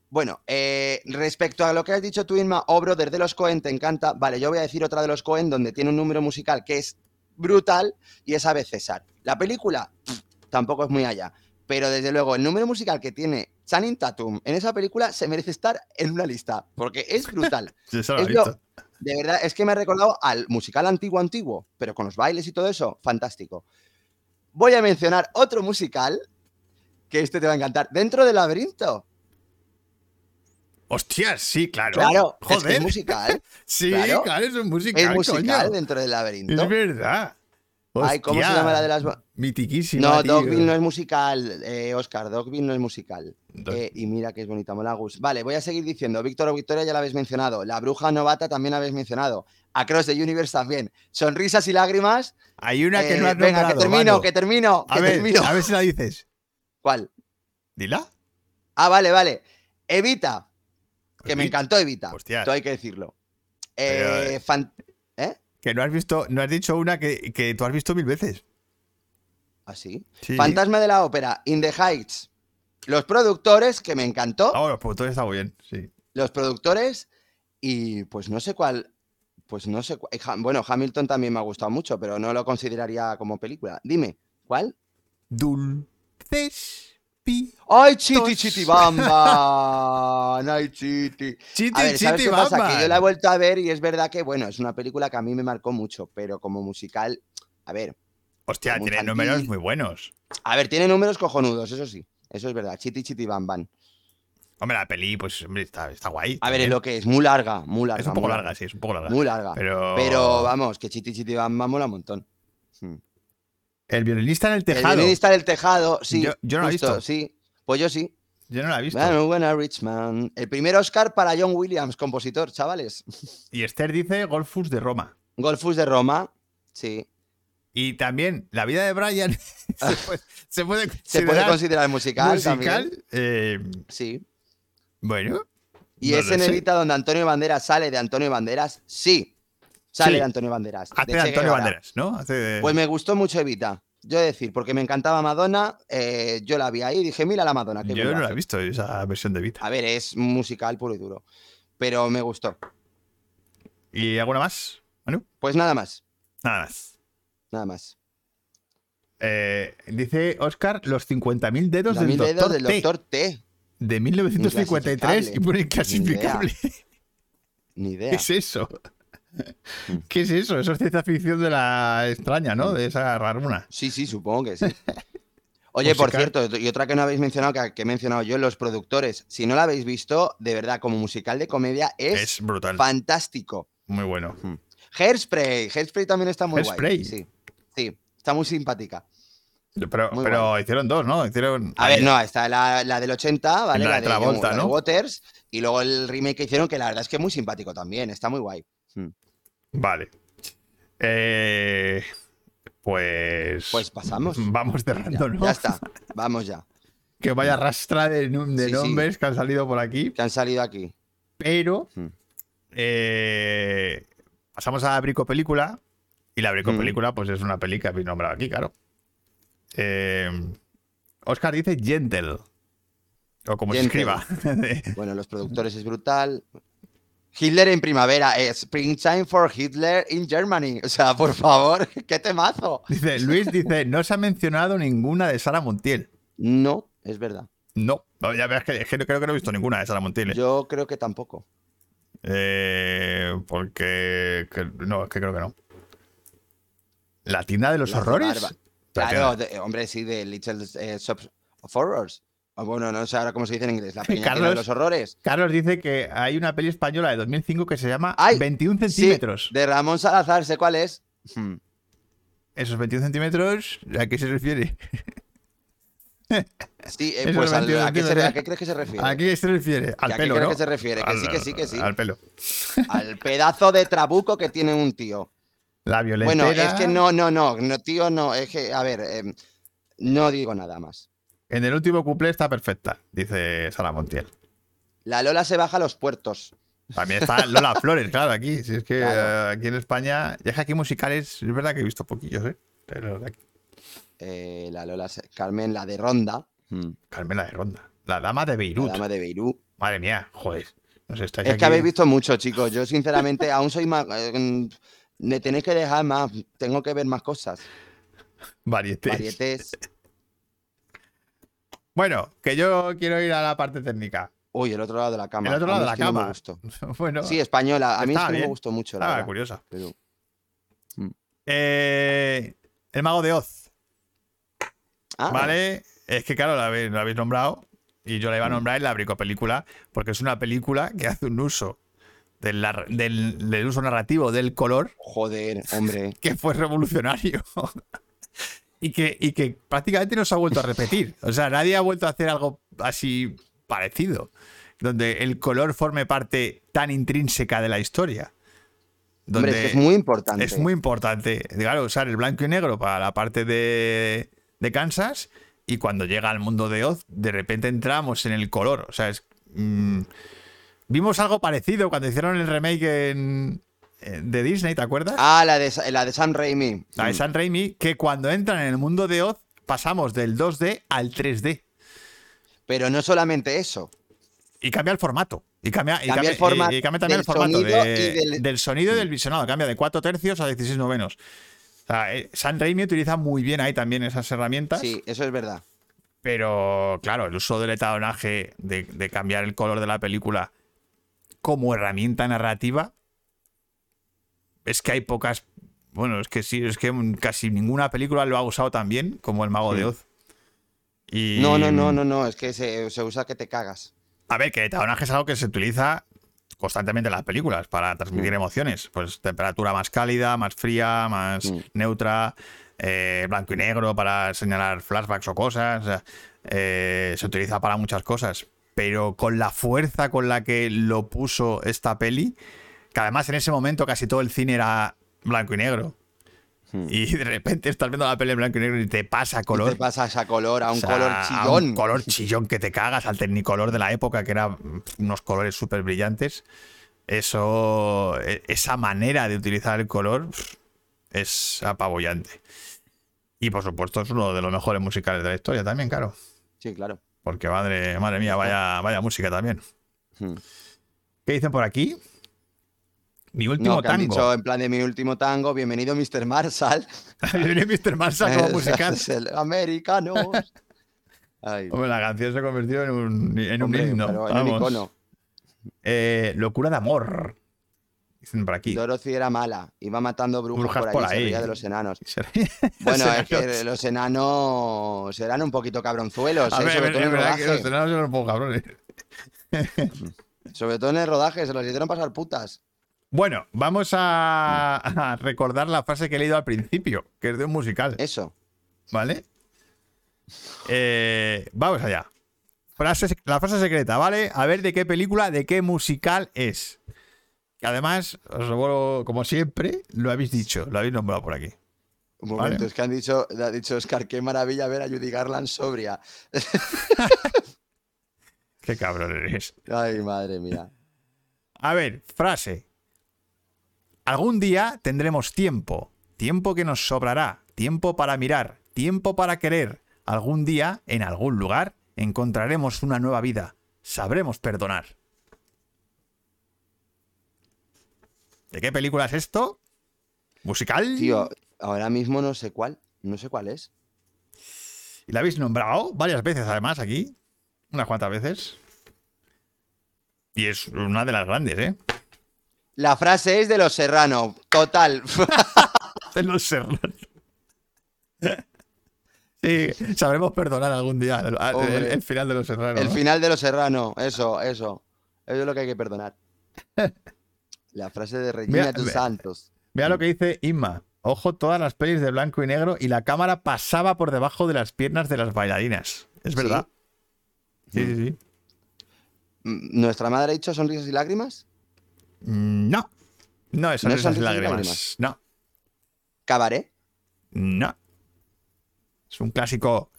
S4: Bueno, eh, respecto a lo que has dicho tú, Inma, O Brother de los Cohen, te encanta. Vale, yo voy a decir otra de los Cohen donde tiene un número musical que es brutal y es Ave César. La película pff, tampoco es muy allá, pero desde luego el número musical que tiene Channing Tatum en esa película se merece estar en una lista porque es brutal.
S1: Sí, eso lo he
S4: es lo-
S1: visto.
S4: De verdad, es que me ha recordado al musical antiguo antiguo, pero con los bailes y todo eso, fantástico. Voy a mencionar otro musical que este te va a encantar, Dentro del laberinto.
S1: Hostias, sí, claro.
S4: Claro, es que es
S1: joder.
S4: musical,
S1: sí, claro,
S4: claro.
S1: es un musical.
S4: es musical
S1: coño.
S4: Dentro del laberinto.
S1: Es verdad.
S4: Ay, ¿cómo se
S1: Hostia,
S4: llama la de las.? ba-
S1: Mitiquísima.
S4: No,
S1: tío.
S4: Dogville no es musical, eh, Oscar. Dogville no es musical.
S1: Dog-
S4: Eh, y mira que es bonita, Molagus. Vale, voy a seguir diciendo. Víctor o Victoria ya la habéis mencionado. La bruja novata también la habéis mencionado. Across the Universe también. Sonrisas y lágrimas.
S1: Hay una que
S4: Eh,
S1: no has
S4: venga, que
S1: nombrado,
S4: termino,
S1: Valo.
S4: que termino,
S1: a
S4: que
S1: ver,
S4: termino.
S1: A ver si la dices.
S4: ¿Cuál?
S1: Dila.
S4: Ah, vale, vale. Evita. Que me
S1: Evita.
S4: encantó Evita.
S1: Hostia.
S4: Esto hay que decirlo.
S1: Pero,
S4: Eh, fan- ¿Eh?
S1: Que no has visto, no has dicho una que, que tú has visto mil veces.
S4: Así.
S1: Sí.
S4: ¿Ah, Fantasma de la ópera, In the Heights. Los productores, que me encantó.
S1: Ah, bueno, pues todo está muy bien. Sí.
S4: Los productores y pues no sé cuál. Pues no sé. cuál- Ja- Bueno, Hamilton también me ha gustado mucho, pero no lo consideraría como película. Dime, ¿cuál?
S1: Dulces pi.
S4: ¡Ay, Chiti
S1: Tos.
S4: Chiti Bamba! ¡Ay, Chiti!
S1: Chiti,
S4: A ver, ¿sabes
S1: chiti,
S4: qué pasa?
S1: Batman.
S4: Que yo la he vuelto a ver y es verdad que, bueno, es una película que a mí me marcó mucho, pero como musical, a ver,
S1: Hostia,
S4: como
S1: tiene
S4: infantil.
S1: números muy buenos.
S4: a ver, tiene números cojonudos, eso sí, eso es verdad, chiti chiti bam bam.
S1: Hombre, la peli, pues, hombre, está, está guay.
S4: A ver,
S1: también.
S4: es lo que es, muy larga, muy larga.
S1: Eh, Es un poco
S4: muy
S1: larga, sí, es un poco larga.
S4: Muy larga. Pero...
S1: Pero,
S4: vamos, que chiti chiti bam bam mola un montón. Mm.
S1: El violinista en el
S4: El
S1: tejado.
S4: violinista del tejado, sí.
S1: Yo- yo no lo he
S4: justo,
S1: visto.
S4: Sí, pues yo sí.
S1: Yo no la he visto.
S4: Bueno, buena Richman. El primer Oscar para John Williams, compositor, chavales.
S1: Y Esther dice Golfus de Roma.
S4: Golfus de Roma, sí.
S1: Y también La vida de Brian se puede, se puede
S4: Ah. Se puede
S1: considerar
S4: considerar musical, también.
S1: musical. Eh,
S4: Sí.
S1: bueno,
S4: ¿Y
S1: No
S4: es
S1: lo
S4: en
S1: sé.
S4: Evita donde Antonio Banderas sale de Antonio Banderas? Sí, sale
S1: Sí.
S4: de Antonio Banderas. de
S1: hace
S4: Che
S1: de Antonio
S4: Guevara.
S1: Banderas, eh. ¿no? Hace de-
S4: Pues me gustó mucho Evita. Yo he de decir, porque me encantaba Madonna, eh, yo la vi ahí y dije, mira la Madonna. qué
S1: yo
S4: bien lo
S1: no la
S4: hace".
S1: he visto esa versión de Vita.
S4: A ver, es musical puro y duro. Pero me gustó.
S1: ¿Y alguna más? Manu,
S4: Pues nada más,
S1: nada más.
S4: nada más.
S1: Eh, dice Oscar los 50.000 dedos
S4: Los
S1: del
S4: mil
S1: doctor,
S4: dedos del
S1: T,
S4: doctor T.
S1: de 1953 y pone inclasificable.
S4: Ni idea.
S1: ¿Qué es eso? ¿Qué es eso? Eso es ciencia ficción de la extraña, ¿no? De esa raruna.
S4: Sí, sí, supongo que sí. Oye, por
S1: Musical.
S4: cierto, y otra que no habéis mencionado, que, que he mencionado yo, los productores. Si no la habéis visto, de verdad, como musical de comedia es,
S1: Es brutal.
S4: fantástico.
S1: Muy bueno.
S4: Hairspray, Hairspray también está muy
S1: Hairspray.
S4: guay. Sí, sí, está muy simpática.
S1: Pero,
S4: Muy
S1: pero
S4: bueno.
S1: hicieron dos, ¿no? Hicieron.
S4: A ver, no, está la, la del 80, ¿vale?
S1: la de
S4: John-
S1: Travolta,
S4: de
S1: ¿no?
S4: Waters, y luego el remake que hicieron, que la verdad es que es muy simpático también, está muy guay.
S1: Vale. Eh, pues.
S4: Pues pasamos.
S1: Vamos
S4: Ya,
S1: cerrando, ¿no?
S4: ya está, vamos ya,
S1: Que vaya rastra de, num- de
S4: Sí, sí.
S1: nombres que han salido por aquí.
S4: que han salido aquí.
S1: Pero.
S4: Mm.
S1: eh, pasamos a Brico Película. Y la Brico
S4: Mm.
S1: Película, pues es una peli que habéis nombrado aquí, claro. Eh, Oscar dice Gentle. O como
S4: Gentle.
S1: se escriba.
S4: Bueno, los productores es brutal. Hitler en primavera, eh, Springtime for Hitler in Germany. O sea, por favor, qué temazo.
S1: dice, Luis dice: No se ha mencionado ninguna de Sara Montiel.
S4: No, es verdad.
S1: No, no, ya verás que, es que no- creo que no he visto ninguna de Sara Montiel. ¿eh?
S4: Yo creo que tampoco.
S1: Eh, porque. que- no, es que creo que no. ¿La tienda de los
S4: Las de
S1: horrores?
S4: Barba.
S1: La
S4: Claro,
S1: tienda-
S4: de- hombre, sí, de Little eh, Shops of Horrors. O bueno, no sé ahora cómo se dice en inglés. La pequeña tienda de
S1: Carlos,
S4: los horrores.
S1: Carlos dice que hay una peli española de 2005 que se llama
S4: Ay,
S1: 21
S4: Sí,
S1: centímetros.
S4: de Ramón Salazar, sé cuál es. Hmm.
S1: Esos 21 centímetros, ¿a qué se refiere?
S4: Sí, eh,
S1: Eso
S4: pues
S1: me
S4: al-
S1: entiendo,
S4: ¿a, qué se-
S1: entiendo.
S4: a qué crees que se refiere?
S1: ¿eh? ¿A qué se refiere? Al
S4: ¿A qué
S1: pelo,
S4: crees
S1: ¿no?
S4: que se refiere? Que sí,
S1: Al-
S4: que sí, que sí.
S1: Al pelo.
S4: Al pedazo de trabuco que tiene un tío.
S1: La violencia.
S4: Bueno, es que no, no, no, no, tío, no, es que, a ver, em, no digo nada más.
S1: En el último cuplé está perfecta, dice Sara Montiel.
S4: La Lola se baja a los puertos.
S1: También está Lola Flores, claro, aquí. Si es que
S4: Claro.
S1: eh, aquí en España, ya que aquí musicales, es verdad que he visto poquillos, ¿eh? Pero de aquí-
S4: Eh, la Lola, se- Carmen, la de Ronda, mm,
S1: Carmela de Ronda. La dama de
S4: la
S1: Beirut.
S4: dama de Beirut.
S1: Madre mía, joder. Nos estáis
S4: Es
S1: aquí-
S4: que habéis visto mucho, chicos. Yo, sinceramente, aún soy más. eh, Me tenéis que dejar más. Tengo que ver más cosas.
S1: Varietés.
S4: Varietés.
S1: Bueno, que yo quiero ir a la parte técnica.
S4: Uy, el otro lado de la cama.
S1: El otro
S4: A mí
S1: lado de
S4: es
S1: la
S4: que no me
S1: cama.
S4: gustó.
S1: bueno,
S4: Sí, española. A mí es
S1: Estaba
S4: que no me
S1: bien.
S4: gustó mucho. La
S1: estaba
S4: verdad,
S1: curiosa.
S4: pero-
S1: Eh, el mago de Oz,
S4: Ah,
S1: ¿vale? Es que claro, la habéis, la habéis
S4: Mm.
S1: nombrado y yo la iba a nombrar en la brico película porque es una película que hace un uso del, nar- del- del uso narrativo del color
S4: Joder, hombre.
S1: que fue revolucionario. y, que, y que prácticamente no se ha vuelto a repetir. O sea, nadie ha vuelto a hacer algo así parecido, donde el color forme parte tan intrínseca de la historia.
S4: Hombre, es que es muy importante.
S1: Es muy importante, claro, usar el blanco y negro para la parte de, de Kansas y cuando llega al mundo de Oz, de repente entramos en el color. O sea, es, mm, vimos algo parecido cuando hicieron el remake en- en- de Disney, ¿te acuerdas?
S4: Ah, la de, Sa- la de Sam Raimi.
S1: La de
S4: Mm.
S1: San Raimi, que cuando entran en el mundo de Oz, pasamos del 2D al 3D.
S4: Pero no solamente eso.
S1: Y cambia el formato. Y cambia, y
S4: Cambia
S1: cambia-
S4: el formato
S1: y- y cambia también
S4: del
S1: el formato
S4: sonido
S1: de-
S4: y del- Mm.
S1: del... sonido y del visionado. Cambia de 4 tercios a 16 novenos. O sea, eh, San Raimi utiliza muy bien ahí también esas herramientas.
S4: Sí, eso es verdad.
S1: Pero claro, el uso del etadonaje, de, de cambiar el color de la película como herramienta narrativa, es que hay pocas. Bueno, es que sí, es que casi ninguna película lo ha usado tan bien como El Mago de Oz. Y,
S4: No, no, no, no, no. Es que se, se usa que te cagas.
S1: A ver, que el etadonaje es algo que se utiliza constantemente en las películas para transmitir
S4: Mm.
S1: emociones. Pues temperatura más cálida, más fría, más
S4: Mm.
S1: neutra, eh, blanco y negro para señalar flashbacks o cosas. o sea, eh, se utiliza para muchas cosas. Pero con la fuerza con la que lo puso esta peli, que además en ese momento casi todo el cine era blanco y negro.
S4: Mm.
S1: Y de repente estás viendo la peli en blanco y negro y te pasa color.
S4: Y te pasas a color, a un
S1: O sea,
S4: color
S1: a
S4: chillón.
S1: Un color chillón que te cagas, al tecnicolor de la época, que eran unos colores súper brillantes. Eso, e- esa manera de utilizar el color pf, es apabullante. Y por supuesto, es uno de los mejores musicales de la historia también, claro.
S4: Sí, claro.
S1: Porque madre, madre mía, vaya, vaya música también.
S4: Mm.
S1: ¿Qué dicen por aquí? Mi último
S4: No, que han
S1: tango.
S4: dicho en plan de mi último tango, bienvenido Mr. Marshall.
S1: Viene Mr. Marshall
S4: Eh,
S1: como musical.
S4: Es el americano. Ay,
S1: Hombre, la canción se ha convertido en un, en un
S4: hombre,
S1: himno.
S4: pero en un
S1: vamos.
S4: icono.
S1: Eh, locura de amor. Dicen por aquí.
S4: Dorothy era mala, iba matando brujas,
S1: Brujas
S4: por ahí,
S1: por
S4: se
S1: ahí.
S4: reía de los enanos.
S1: Se-
S4: Bueno,
S1: se-
S4: es que los enanos eran un poquito cabronzuelos,
S1: A
S4: ¿eh?
S1: ver,
S4: sobre,
S1: es
S4: todo en el
S1: verdad que
S4: rodaje.
S1: los enanos son un poco cabrones.
S4: Sobre todo en el rodaje, se los hicieron pasar putas.
S1: Bueno, vamos a,
S4: Mm.
S1: a recordar la frase que he leído al principio, que es de un musical,
S4: Eso.
S1: ¿vale? Eh, vamos allá. Frase- la frase secreta, ¿vale? A ver de qué película, de qué musical es. Que además, os lo vuelvo- como siempre, lo habéis dicho, lo habéis nombrado por aquí.
S4: Un momento,
S1: Vale.
S4: es que han dicho, ha dicho Oscar, qué maravilla ver a Judy Garland sobria.
S1: Qué cabrón eres.
S4: Ay, madre mía.
S1: A ver, frase. Algún día tendremos tiempo, tiempo que nos sobrará, tiempo para mirar, tiempo para querer. Algún día, en algún lugar, encontraremos una nueva vida. Sabremos perdonar. ¿De qué película es esto? ¿Musical?
S4: Tío, ahora mismo no sé cuál, no sé cuál es.
S1: Y la habéis nombrado varias veces, además, aquí. Unas cuantas veces. Y es una de las grandes, ¿eh?
S4: La frase es de los Serrano, total.
S1: de los serranos. Sí, sabremos perdonar algún día el, el- el final de los serranos.
S4: El
S1: ¿no?
S4: final de los Serrano, eso, eso. Eso es lo que hay que perdonar. La frase de Regina
S1: Mira,
S4: dos
S1: ve-
S4: Santos.
S1: Mira lo que dice Inma. Ojo, todas las pelis de blanco y negro y la cámara pasaba por debajo de las piernas de las bailarinas. Es verdad. Sí, sí, sí.
S4: Mm, ¿Nuestra madre ha dicho sonrisas y lágrimas?
S1: Mm, No. No, esas
S4: ¿No es
S1: risas y
S4: sonrisas y
S1: lágrimas. No.
S4: Cabaré.
S1: No. Es un clásico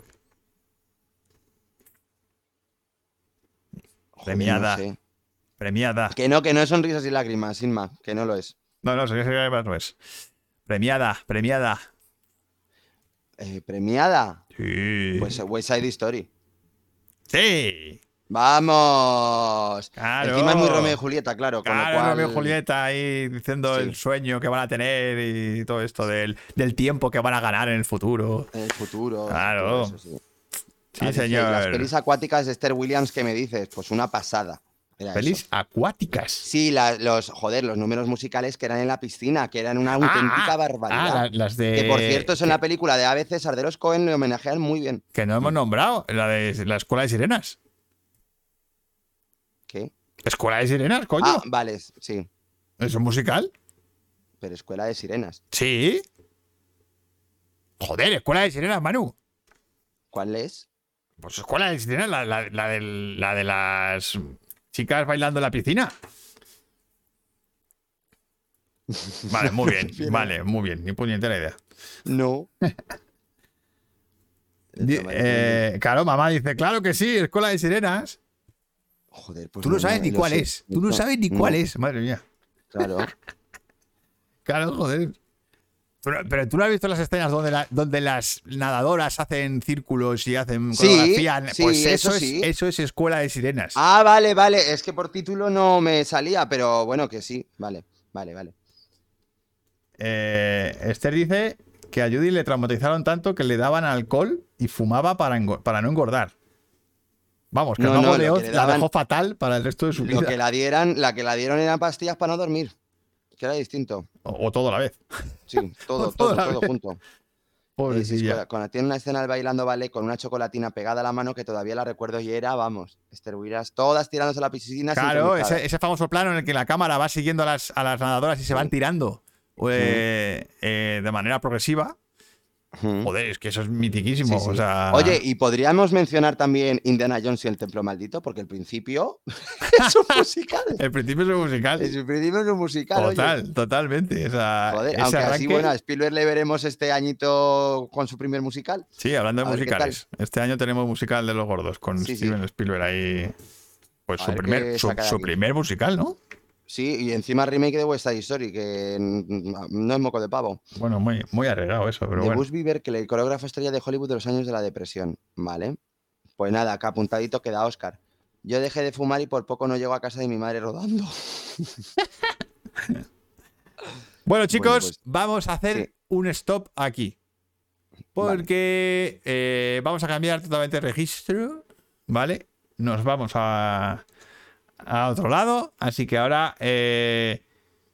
S4: Joder,
S1: Premiada.
S4: no sé.
S1: premiada.
S4: Que no, que no es sonrisas y lágrimas, Inma, que no lo es.
S1: No, no, sería- sería- no es. Premiada, premiada.
S4: Eh, premiada.
S1: Sí.
S4: Pues eh, West Side Story.
S1: sí.
S4: ¡Vamos!
S1: Claro.
S4: Encima es muy Romeo y Julieta, claro. Con
S1: Claro,
S4: lo cual...
S1: Romeo y Julieta ahí diciendo
S4: Sí.
S1: el sueño que van a tener y todo esto del, del tiempo que van a ganar en el futuro.
S4: El futuro.
S1: Claro.
S4: todo eso, sí.
S1: Sí,
S4: Ah, dice,
S1: señor.
S4: Las pelis acuáticas de Esther Williams que me dices, pues una pasada. Era eso.
S1: Pelis acuáticas.
S4: Sí, la- los, joder, los números musicales que eran en la piscina, que eran una
S1: Ah,
S4: auténtica
S1: ah,
S4: barbaridad.
S1: ah, la- las de.
S4: que por cierto, eso en
S1: que-
S4: la película de ABC Sarderos Cohen le homenajean muy bien.
S1: Que no hemos nombrado, la de la escuela de sirenas.
S4: ¿Qué?
S1: Escuela de Sirenas, coño.
S4: Ah, vale, sí.
S1: ¿Es un musical?
S4: Pero Escuela de Sirenas.
S1: Sí. Joder, Escuela de Sirenas, Manu.
S4: ¿Cuál es?
S1: Pues Escuela de Sirenas, la, la- la del- la de las chicas bailando en la piscina. Vale, muy bien. vale, muy bien. Ni puñetera idea.
S4: No.
S1: Di- eh, claro, mamá dice, claro que sí, Escuela de Sirenas.
S4: Joder, pues
S1: Tú no sabes
S4: no
S1: ni
S4: lo
S1: cuál
S4: sé.
S1: es. Tú no sabes ni
S4: no,
S1: cuál es. Madre mía.
S4: Claro.
S1: Claro, joder. Pero, pero tú no has visto las escenas donde, la- donde las nadadoras hacen círculos y hacen
S4: Sí,
S1: coreografía.
S4: sí,
S1: pues
S4: eso
S1: eso, es,
S4: sí.
S1: eso es escuela de sirenas.
S4: Ah, vale, vale. Es que por título no me salía, pero bueno, que sí. Vale, vale, vale.
S1: Eh, Esther dice que a Judy le traumatizaron tanto que le daban alcohol y fumaba para, engo- para no engordar. Vamos, que
S4: No,
S1: el mago
S4: no,
S1: de
S4: lo que
S1: Oz
S4: le
S1: la
S4: daban-
S1: dejó fatal para el resto de su
S4: Lo
S1: vida.
S4: que la dieran, la que la dieron eran pastillas para no dormir. Que era distinto.
S1: O, o todo a la vez.
S4: Sí, todo,
S1: Todo
S4: todo,
S1: a la
S4: todo
S1: vez.
S4: junto. Sí, sí,
S1: Pobrecilla.
S4: escuela- cuando tiene una escena del bailando ballet con una chocolatina pegada a la mano que todavía la recuerdo y era, vamos, Esther Huiras, todas tirándose a la piscina.
S1: Claro,
S4: sincronizadas.
S1: ese, ese famoso plano en el que la cámara va siguiendo a las, a las nadadoras y se van
S4: Sí.
S1: tirando eh, eh, de manera progresiva.
S4: Ujú.
S1: Joder, es que eso es mitiquísimo.
S4: Mm. Sí, sí.
S1: o sea-
S4: Oye, y podríamos mencionar también Indiana Jones y el Templo Maldito, porque el principio es un musical.
S1: el principio es un musical.
S4: El principio es un musical. oye.
S1: Total, totalmente. O sea,
S4: Joder,
S1: ese
S4: aunque así,
S1: arranque-
S4: bueno, a Spielberg le veremos este añito con su primer musical.
S1: Sí, hablando de
S4: A ver, ¿qué
S1: musicales. Este año tenemos musical de los gordos con
S4: Sí, sí.
S1: Steven Spielberg ahí. Pues
S4: A
S1: su
S4: ver qué
S1: primer, su,
S4: saca de
S1: su
S4: aquí.
S1: primer musical, ¿no?
S4: Sí, y encima remake de West Side Story, que mm, no es moco de pavo.
S1: Bueno, muy, muy arreglado eso, pero
S4: de
S1: bueno.
S4: Bus Bieber, que el coreógrafo estrella de Hollywood de los años de la depresión. Vale. Pues nada, acá apuntadito queda Oscar. Yo dejé de fumar y por poco no llego a casa de mi madre rodando.
S1: Bueno, chicos,
S4: pues,
S1: vamos a hacer
S4: sí.
S1: un stop aquí. Porque eh, vamos a cambiar totalmente el registro, ¿vale? Nos vamos a, a otro lado. Así que ahora eh,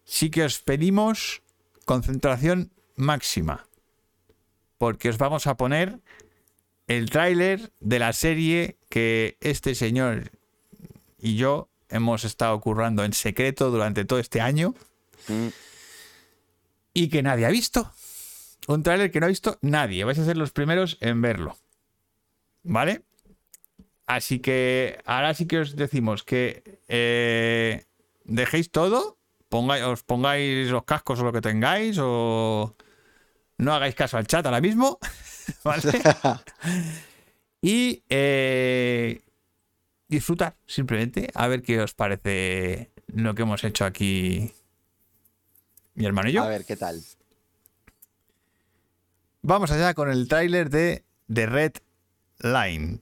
S1: sí que os pedimos concentración máxima. Porque os vamos a poner el tráiler de la serie que este señor y yo hemos estado currando en secreto durante todo este año
S4: Mm,
S1: y que nadie ha visto. Un tráiler que no ha visto nadie. Vais a ser los primeros en verlo. ¿Vale? Así que ahora sí que os decimos que eh, dejéis todo, pongáis, os pongáis los cascos o lo que tengáis, o no hagáis caso al chat ahora mismo. ¿Vale? y eh, disfrutar simplemente, a ver qué os parece lo que hemos hecho aquí mi hermano y yo.
S4: A ver, ¿qué tal?
S1: Vamos allá con el tráiler de The Red Line.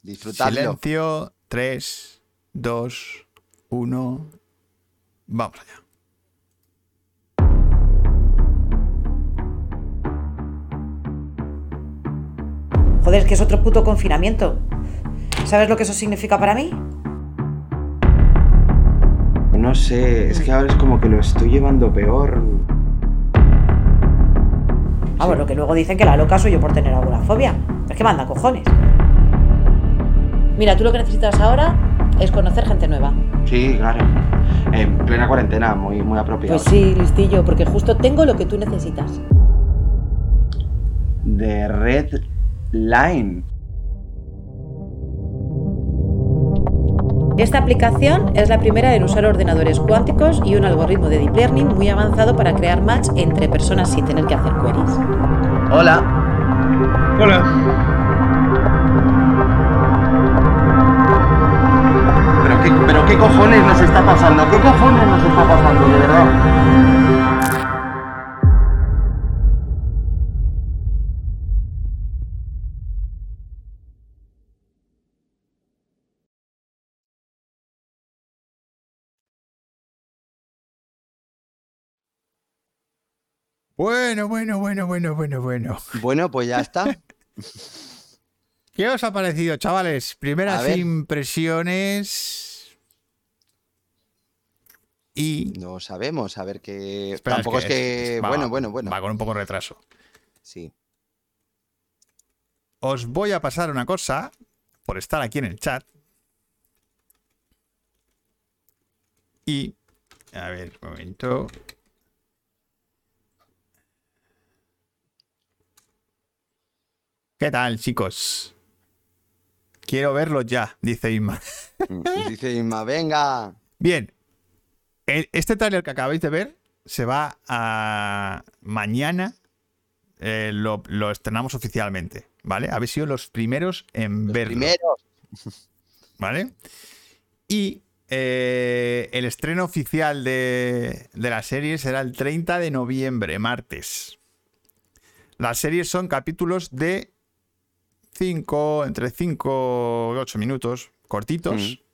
S4: Disfrutadlo.
S1: Silencio 3, 2, 1. Vamos allá.
S5: Joder, es que es otro puto confinamiento. ¿Sabes lo que eso significa para mí?
S6: No sé, es que ahora es como que lo estoy llevando peor.
S5: Ah, bueno, que luego dicen que la loca soy yo por tener alguna fobia. Es que manda cojones.
S7: Mira, tú lo que necesitas ahora es conocer gente nueva.
S6: Sí, claro. En plena cuarentena, muy, muy apropiado.
S7: Pues sí, listillo, porque justo tengo lo que tú necesitas.
S6: De Red Line.
S7: Esta aplicación es la primera en usar ordenadores cuánticos y un algoritmo de deep learning muy avanzado para crear match entre personas sin tener que hacer queries.
S6: Hola.
S8: Hola.
S6: ¿Pero qué, pero qué cojones nos está pasando? ¿Qué cojones nos está pasando, de verdad?
S1: Bueno, bueno, bueno, bueno, bueno, bueno.
S4: Bueno, pues ya está.
S1: ¿Qué os ha parecido, chavales?
S4: A
S1: Primeras
S4: ver.
S1: impresiones. Y.
S4: No sabemos, a ver qué.
S1: Espera,
S4: Tampoco es que.
S1: va,
S4: bueno, bueno, bueno.
S1: Va con un poco de retraso.
S4: Sí.
S1: Os voy a pasar una cosa por estar aquí en el chat. Y, a ver, un momento. ¿Qué tal, chicos? Quiero verlo ya, dice Inma.
S4: Pues Dice Inma, venga.
S1: Bien. E- Este tráiler que acabáis de ver se va a mañana. eh, lo, lo estrenamos oficialmente, ¿vale? Habéis sido los primeros en verlo,
S4: Primero.
S1: ¿vale? Y eh, el estreno oficial de, de la serie será el 30 de noviembre, martes. Las series son capítulos de 5, entre 5 y 8 minutos, cortitos.
S4: Mm.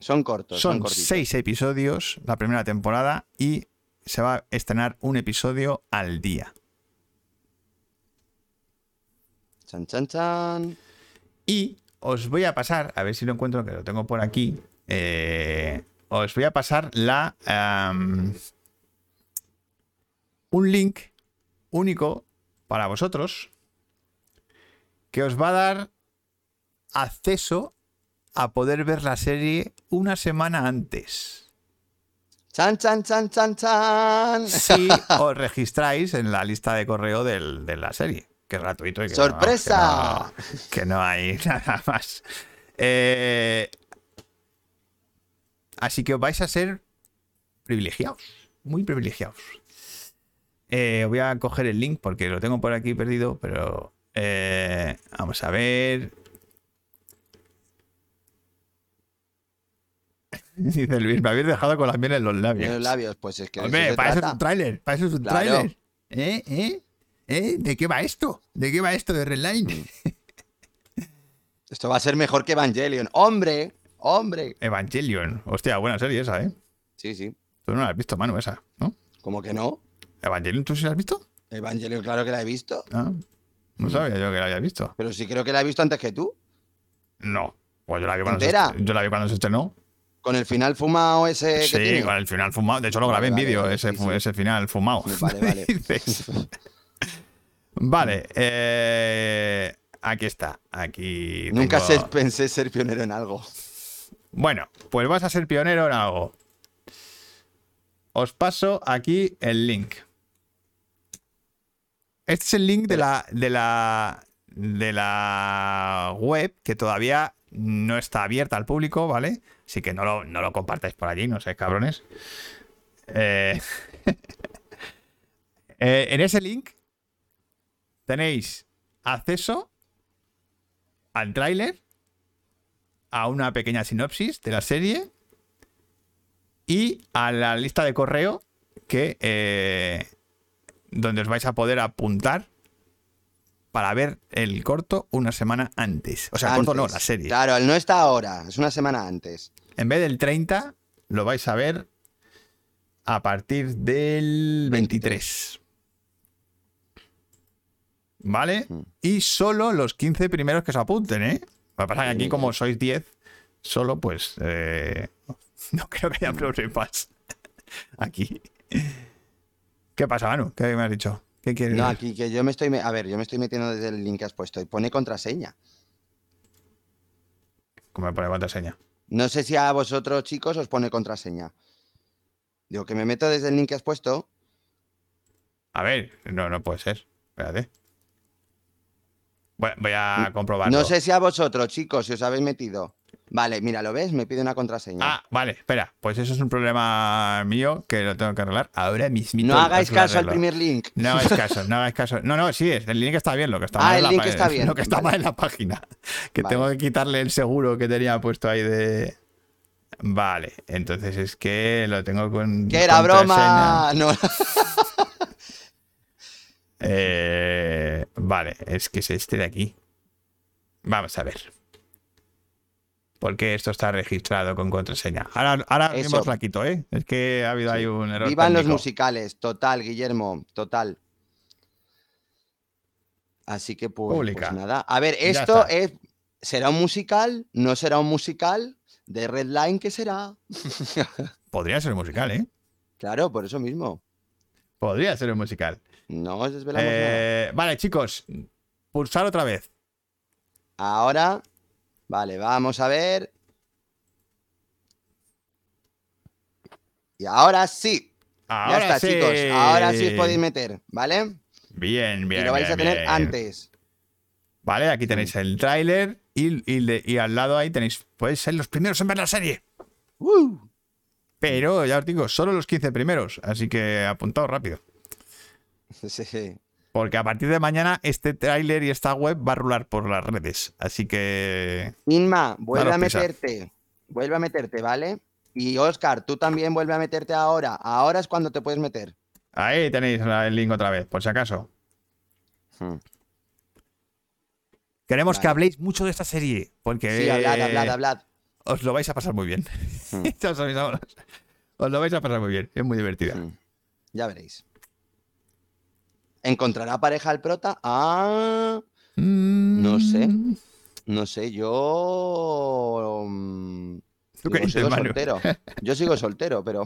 S4: Son cortos. Son,
S1: Son
S4: cortitos.
S1: seis episodios la primera temporada y se va a estrenar un episodio al día.
S4: Chan, chan, chan.
S1: Y os voy a pasar, a ver si lo encuentro, que lo tengo por aquí. eh, os voy a pasar la. am, un link único para vosotros que os va a dar acceso a poder ver la serie una semana antes.
S4: Chan, chan, chan, chan, chan.
S1: si os registráis en la lista de correo del- de la serie, que es gratuito. Y que no-
S4: ¡Sorpresa!
S1: que no- que, no, hay nada más. Eh, así que vais a ser privilegiados, muy privilegiados. Eh, voy a coger el link porque lo tengo por aquí perdido, pero eh, vamos a ver. Dice Luis, me habéis dejado con las miel en los
S4: En
S1: labios.
S4: los labios, pues es que. de eso
S1: Hombre,
S4: se
S1: para eso es
S4: trata.
S1: un tráiler, para eso es un
S4: Claro.
S1: tráiler. ¿Eh? ¿Eh? ¿Eh? ¿De qué va esto? ¿De qué va esto de
S4: Mm.
S1: Redline?
S4: Esto va a ser mejor que Evangelion. ¡Hombre! ¡Hombre!
S1: Evangelion. Hostia, buena serie esa, ¿eh?
S4: Sí, sí.
S1: Tú no la has visto, Manu, esa, ¿no?
S4: ¿Cómo que no?
S1: ¿Evangelion tú sí la has visto?
S4: Evangelion, claro que la he visto.
S1: Ah,
S4: Mm.
S1: no sabía yo que la había visto.
S4: Pero sí creo que la he visto antes que tú.
S1: No. Pues yo la vi cuando, se,
S4: ¿Entera?
S1: est- yo la vi cuando se estrenó.
S4: Con el final fumado ese que
S1: Sí,
S4: tiene.
S1: con el final fumado. De hecho, lo
S4: Vale,
S1: grabé en
S4: vale,
S1: vídeo,
S4: vale,
S1: ese,
S4: sí,
S1: fu-
S4: sí.
S1: ese final fumado.
S4: Vale, vale.
S1: Dices. Vale, eh, aquí está. Aquí.
S4: Nunca
S1: tengo-
S4: se pensé ser pionero en algo.
S1: Bueno, pues vas a ser pionero en algo. Os paso aquí el link. Este es el link de la, de la, de la web que todavía no está abierta al público, ¿vale? Así que no lo, no lo compartáis por allí, no sé, cabrones. Eh, eh, en ese link tenéis acceso al tráiler a una pequeña sinopsis de la serie y a la lista de correo que eh, donde os vais a poder apuntar para ver el corto una semana antes. O sea, el corto no,
S4: Antes.
S1: la serie.
S4: Claro, el no está ahora, es una semana antes.
S1: En vez del 30, lo vais a ver a partir del 23. ¿Vale?
S4: Mm.
S1: Y solo los 15 primeros que se apunten, ¿eh? Lo que pasa es que aquí,
S4: Mm.
S1: como sois 10, solo pues. eh, no creo que haya problemas. Aquí. ¿Qué pasa, Manu? ¿Qué me has dicho? ¿Qué quieres?
S4: No,
S1: ver?
S4: aquí que yo me estoy. me- A ver, yo me estoy metiendo desde el link que has puesto y pone contraseña.
S1: ¿Cómo me pone contraseña?
S4: No sé si a vosotros, chicos, os pone contraseña. Digo, que me meto desde el link que has puesto.
S1: A ver, no, no puede ser. Espérate. Voy- voy a comprobarlo.
S4: No sé si a vosotros, chicos, si os habéis metido. Vale, mira, ¿lo ves? Me pide una contraseña.
S1: Ah, vale, espera. Pues eso es un problema mío que lo tengo que arreglar ahora mismo.
S4: no hagáis caso al primer link.
S1: No hagáis caso, no hagáis caso. No, no, sí, es, el link está bien, lo que está
S4: Ah,
S1: mal. en
S4: el
S1: la
S4: link
S1: pa-
S4: está bien,
S1: Lo que está
S4: vale.
S1: mal en la página. Que
S4: Vale.
S1: tengo que quitarle el seguro que tenía puesto ahí de. Vale, entonces es que lo tengo con.
S4: ¡Que era
S1: contraseña.
S4: broma! No,
S1: Eh, vale, es que es este de aquí. Vamos a ver. Porque esto está registrado con contraseña. Ahora, ahora
S4: Eso.
S1: mismo os la quito, ¿eh? Es que ha habido ahí un error.
S4: Vivan los
S1: técnico.
S4: musicales, total, Guillermo, total. Así que pues, pues
S1: Pública.
S4: nada. A ver,
S1: Ya
S4: esto
S1: está.
S4: es. ¿Será un musical? ¿No será un musical? ¿De Red Line qué será?
S1: Podría ser un musical, ¿eh?
S4: Claro, por eso mismo.
S1: Podría ser un musical.
S4: No os desvelamos nada.
S1: Eh, vale, chicos. Pulsar otra vez.
S4: Ahora, vale, vamos a ver. Y ahora sí.
S1: Ahora
S4: ya está,
S1: sí.
S4: chicos. Ahora sí os podéis meter, ¿vale?
S1: Bien, bien.
S4: y lo vais
S1: bien,
S4: a tener
S1: bien.
S4: antes.
S1: Vale, aquí tenéis el tráiler y, y le- y al lado ahí tenéis, podéis ser los primeros en ver la serie.
S4: ¡Uh!
S1: Pero ya os digo, solo los 15 primeros, así que apuntaos rápido.
S4: Sí.
S1: Porque a partir de mañana este tráiler y esta web va a rular por las redes. Así que...
S4: Inma, vuelve
S1: Daros
S4: a
S1: prisa.
S4: meterte. Vuelve a meterte, ¿vale? Y Oscar, tú también vuelve a meterte ahora. Ahora es cuando te puedes meter.
S1: Ahí tenéis la- el link otra vez, por si acaso. Queremos que
S4: Hmm. Vale.
S1: habléis mucho de esta serie, porque
S4: Sí, hablad, hablad, hablad.
S1: os lo vais a pasar muy bien.
S4: Hmm.
S1: Ya os avisamos. Os lo vais a pasar muy bien, es muy divertida.
S4: Mm. Ya veréis. ¿Encontrará pareja al prota? Ah,
S1: No
S4: sé. no sé, yo. mm,
S1: ¿Tú qué
S4: yo
S1: dices,
S4: sigo
S1: Manu?
S4: soltero. Yo sigo soltero, pero.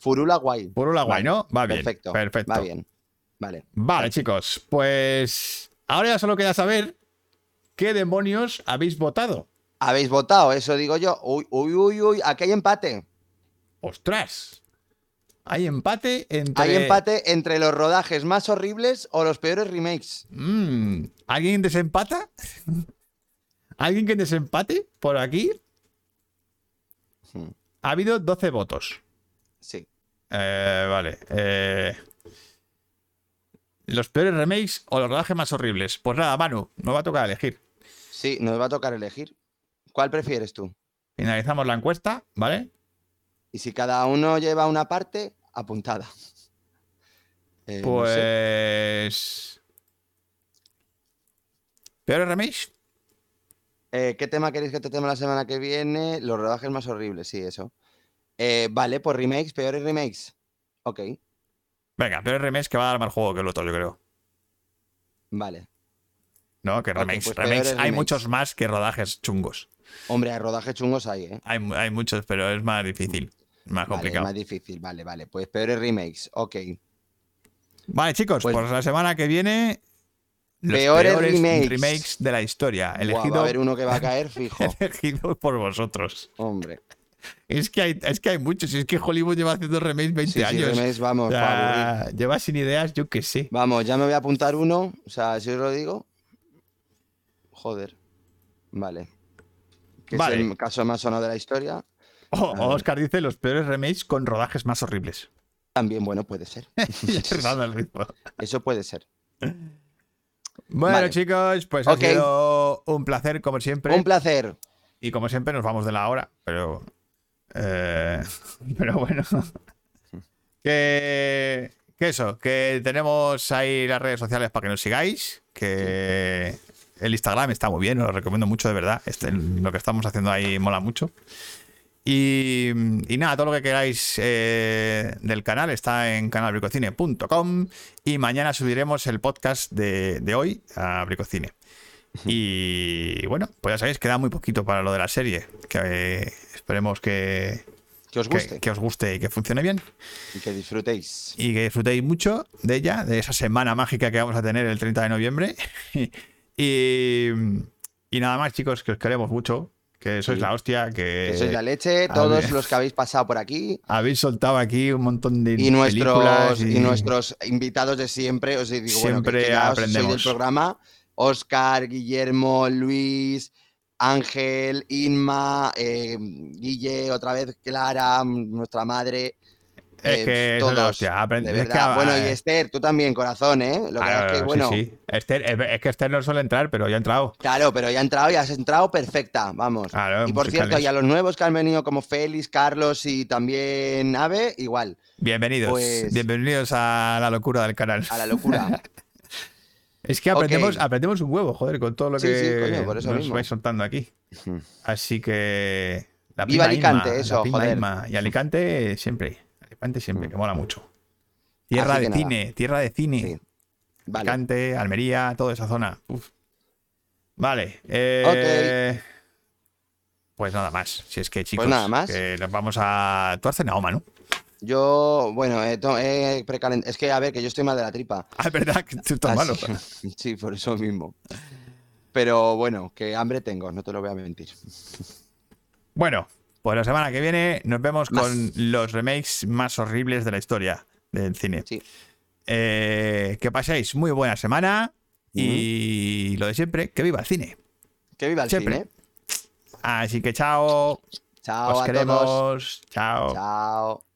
S4: Furula guay.
S1: Por un lado, guay,
S4: Vale,
S1: ¿no? Va bien.
S4: Perfecto.
S1: perfecto.
S4: Va bien. Vale.
S1: Vale, chicos, pues ahora ya solo queda saber qué demonios habéis votado.
S4: Habéis votado, eso digo yo. Uy, uy, uy, uy. Aquí hay empate.
S1: ¡Ostras! Hay empate entre.
S4: Hay empate entre los rodajes más horribles o los peores remakes.
S1: Mm, ¿Alguien desempata? ¿Alguien que desempate por aquí?
S4: Hmm.
S1: Ha habido 12 votos.
S4: Sí.
S1: Eh, vale. eh, los peores remakes o los rodajes más horribles. Pues nada, Manu, nos va a tocar elegir.
S4: Sí, nos va a tocar elegir. ¿Cuál prefieres tú?
S1: Finalizamos la encuesta, ¿vale?
S4: Y si cada uno lleva una parte, apuntada. Eh, no
S1: Pues.
S4: sé.
S1: ¿Peores remakes?
S4: Eh, ¿Qué tema queréis que tratemos la semana que viene? Los rodajes más horribles, sí, eso. Eh, vale, pues remakes, peores remakes. Ok,
S1: Venga, peores remakes que va a dar más juego que el otro, yo creo.
S4: vale.
S1: No, que
S4: Ok,
S1: remakes.
S4: pues
S1: remakes.
S4: peores
S1: Hay
S4: remakes.
S1: muchos más que rodajes chungos.
S4: Hombre, hay rodajes chungos hay, ¿eh?
S1: Hay, mu- hay muchos, pero es más difícil. Más
S4: Vale, es
S1: complicado.
S4: más difícil, vale, vale. Pues peores remakes, ok.
S1: Vale, chicos, pues,
S4: Pues-
S1: la semana que viene. Los peores,
S4: Peores remakes.
S1: remakes de la historia.
S4: Guau, va
S1: Elegido,
S4: a haber uno que va a caer fijo,
S1: elegido por vosotros.
S4: hombre.
S1: Este Es que, hay, es que hay muchos. Es que Hollywood lleva haciendo remakes 20
S4: Sí, sí,
S1: años.
S4: remakes, vamos,
S1: O sea,
S4: pa' aburrir.
S1: lleva sin ideas, yo qué sé.
S4: Vamos, ya me voy a apuntar uno. O sea, si os lo digo. Joder. Vale. Que
S1: Vale.
S4: es el caso más sonado de la historia.
S1: O-
S4: A ver.
S1: Oscar dice los peores remakes con rodajes más horribles.
S4: También, bueno, puede ser.
S1: Y acertando el ritmo.
S4: Eso puede ser.
S1: Bueno,
S4: Vale.
S1: chicos, pues
S4: Ok.
S1: ha sido un placer, como siempre.
S4: Un placer.
S1: y como siempre, nos vamos de la hora, pero. eh, pero bueno. que, que eso, que tenemos ahí las redes sociales para que nos sigáis. Que el Instagram está muy bien, os lo recomiendo mucho, de verdad. Este, lo que estamos haciendo ahí mola mucho. Y, y nada, todo lo que queráis eh, del canal está en canalbricocine.com y mañana subiremos el podcast de, de hoy a Bricocine. Y bueno, pues ya sabéis, queda muy poquito para lo de la serie, que eh, esperemos que,
S4: Que os guste.
S1: que, que os guste y que funcione bien
S4: Y que disfrutéis.
S1: y que disfrutéis mucho de ella, de esa semana mágica que vamos a tener el 30 de noviembre. y, y nada más, chicos, que os queremos mucho, que sois
S4: Sí.
S1: la hostia, que...
S4: Que sois la leche.
S1: a
S4: Todos
S1: ver.
S4: los que habéis pasado por aquí.
S1: Habéis soltado aquí un montón de
S4: Y nuestros,
S1: películas
S4: y... nuestros invitados de siempre. Os digo, bueno,
S1: Siempre
S4: que- que ya os- soy
S1: aprendemos.
S4: del programa. Oscar, Guillermo, Luis. Ángel, Inma, eh, Guille, otra vez Clara, nuestra madre,
S1: es que
S4: eh,
S1: eso es la
S4: todos,
S1: hostia. aprend-
S4: de
S1: es que-
S4: verdad. bueno, y
S1: ah,
S4: Esther, tú también, corazón, ¿eh? Lo que
S1: ah,
S4: pasa es que,
S1: sí,
S4: bueno,
S1: sí. Esther- es, es que Esther no suele entrar, pero ya ha entrado.
S4: claro, pero ya ha entrado, ya has entrado perfecta, vamos.
S1: Claro,
S4: y por cierto,
S1: musicales.
S4: y a los nuevos que han venido como Félix, Carlos y también Ave, igual,
S1: Bienvenidos.
S4: Pues-
S1: Bienvenidos a la locura del canal.
S4: a la locura.
S1: Es que aprendemos,
S4: Ok.
S1: aprendemos un huevo, joder, con todo lo
S4: Sí,
S1: que
S4: sí, coño, por eso
S1: nos
S4: mismo.
S1: vais soltando aquí. Así que. La
S4: Viva
S1: prima Inma,
S4: Alicante,
S1: la
S4: eso,
S1: prima
S4: joder. Mm.
S1: Inma. Y Alicante eh, siempre. Alicante siempre, que mola mucho. Tierra de
S4: Así que nada.
S1: cine, tierra de cine.
S4: Sí. vale,
S1: Alicante, Almería, toda esa zona. Uf. Vale. eh, Pues nada más. Si es que, chicos,
S4: nada más.
S1: que nos vamos a. Tú has cenado, Manu.
S4: yo, bueno, he to- he precalen- es que, a ver, que yo estoy mal de la tripa.
S1: Ah, es verdad que tú estás
S4: Así
S1: malo.
S4: que- sí, por eso mismo. Pero bueno, que hambre tengo, no te lo voy a mentir.
S1: Bueno, Pues la semana que viene nos vemos
S4: Más.
S1: con los remakes más horribles de la historia del cine.
S4: Sí.
S1: Eh, que paséis muy buena semana y lo de siempre, que viva el cine.
S4: Que viva el
S1: Siempre.
S4: cine.
S1: Así que chao,
S4: Chao
S1: os
S4: a
S1: queremos,
S4: todos.
S1: chao.
S4: Chao.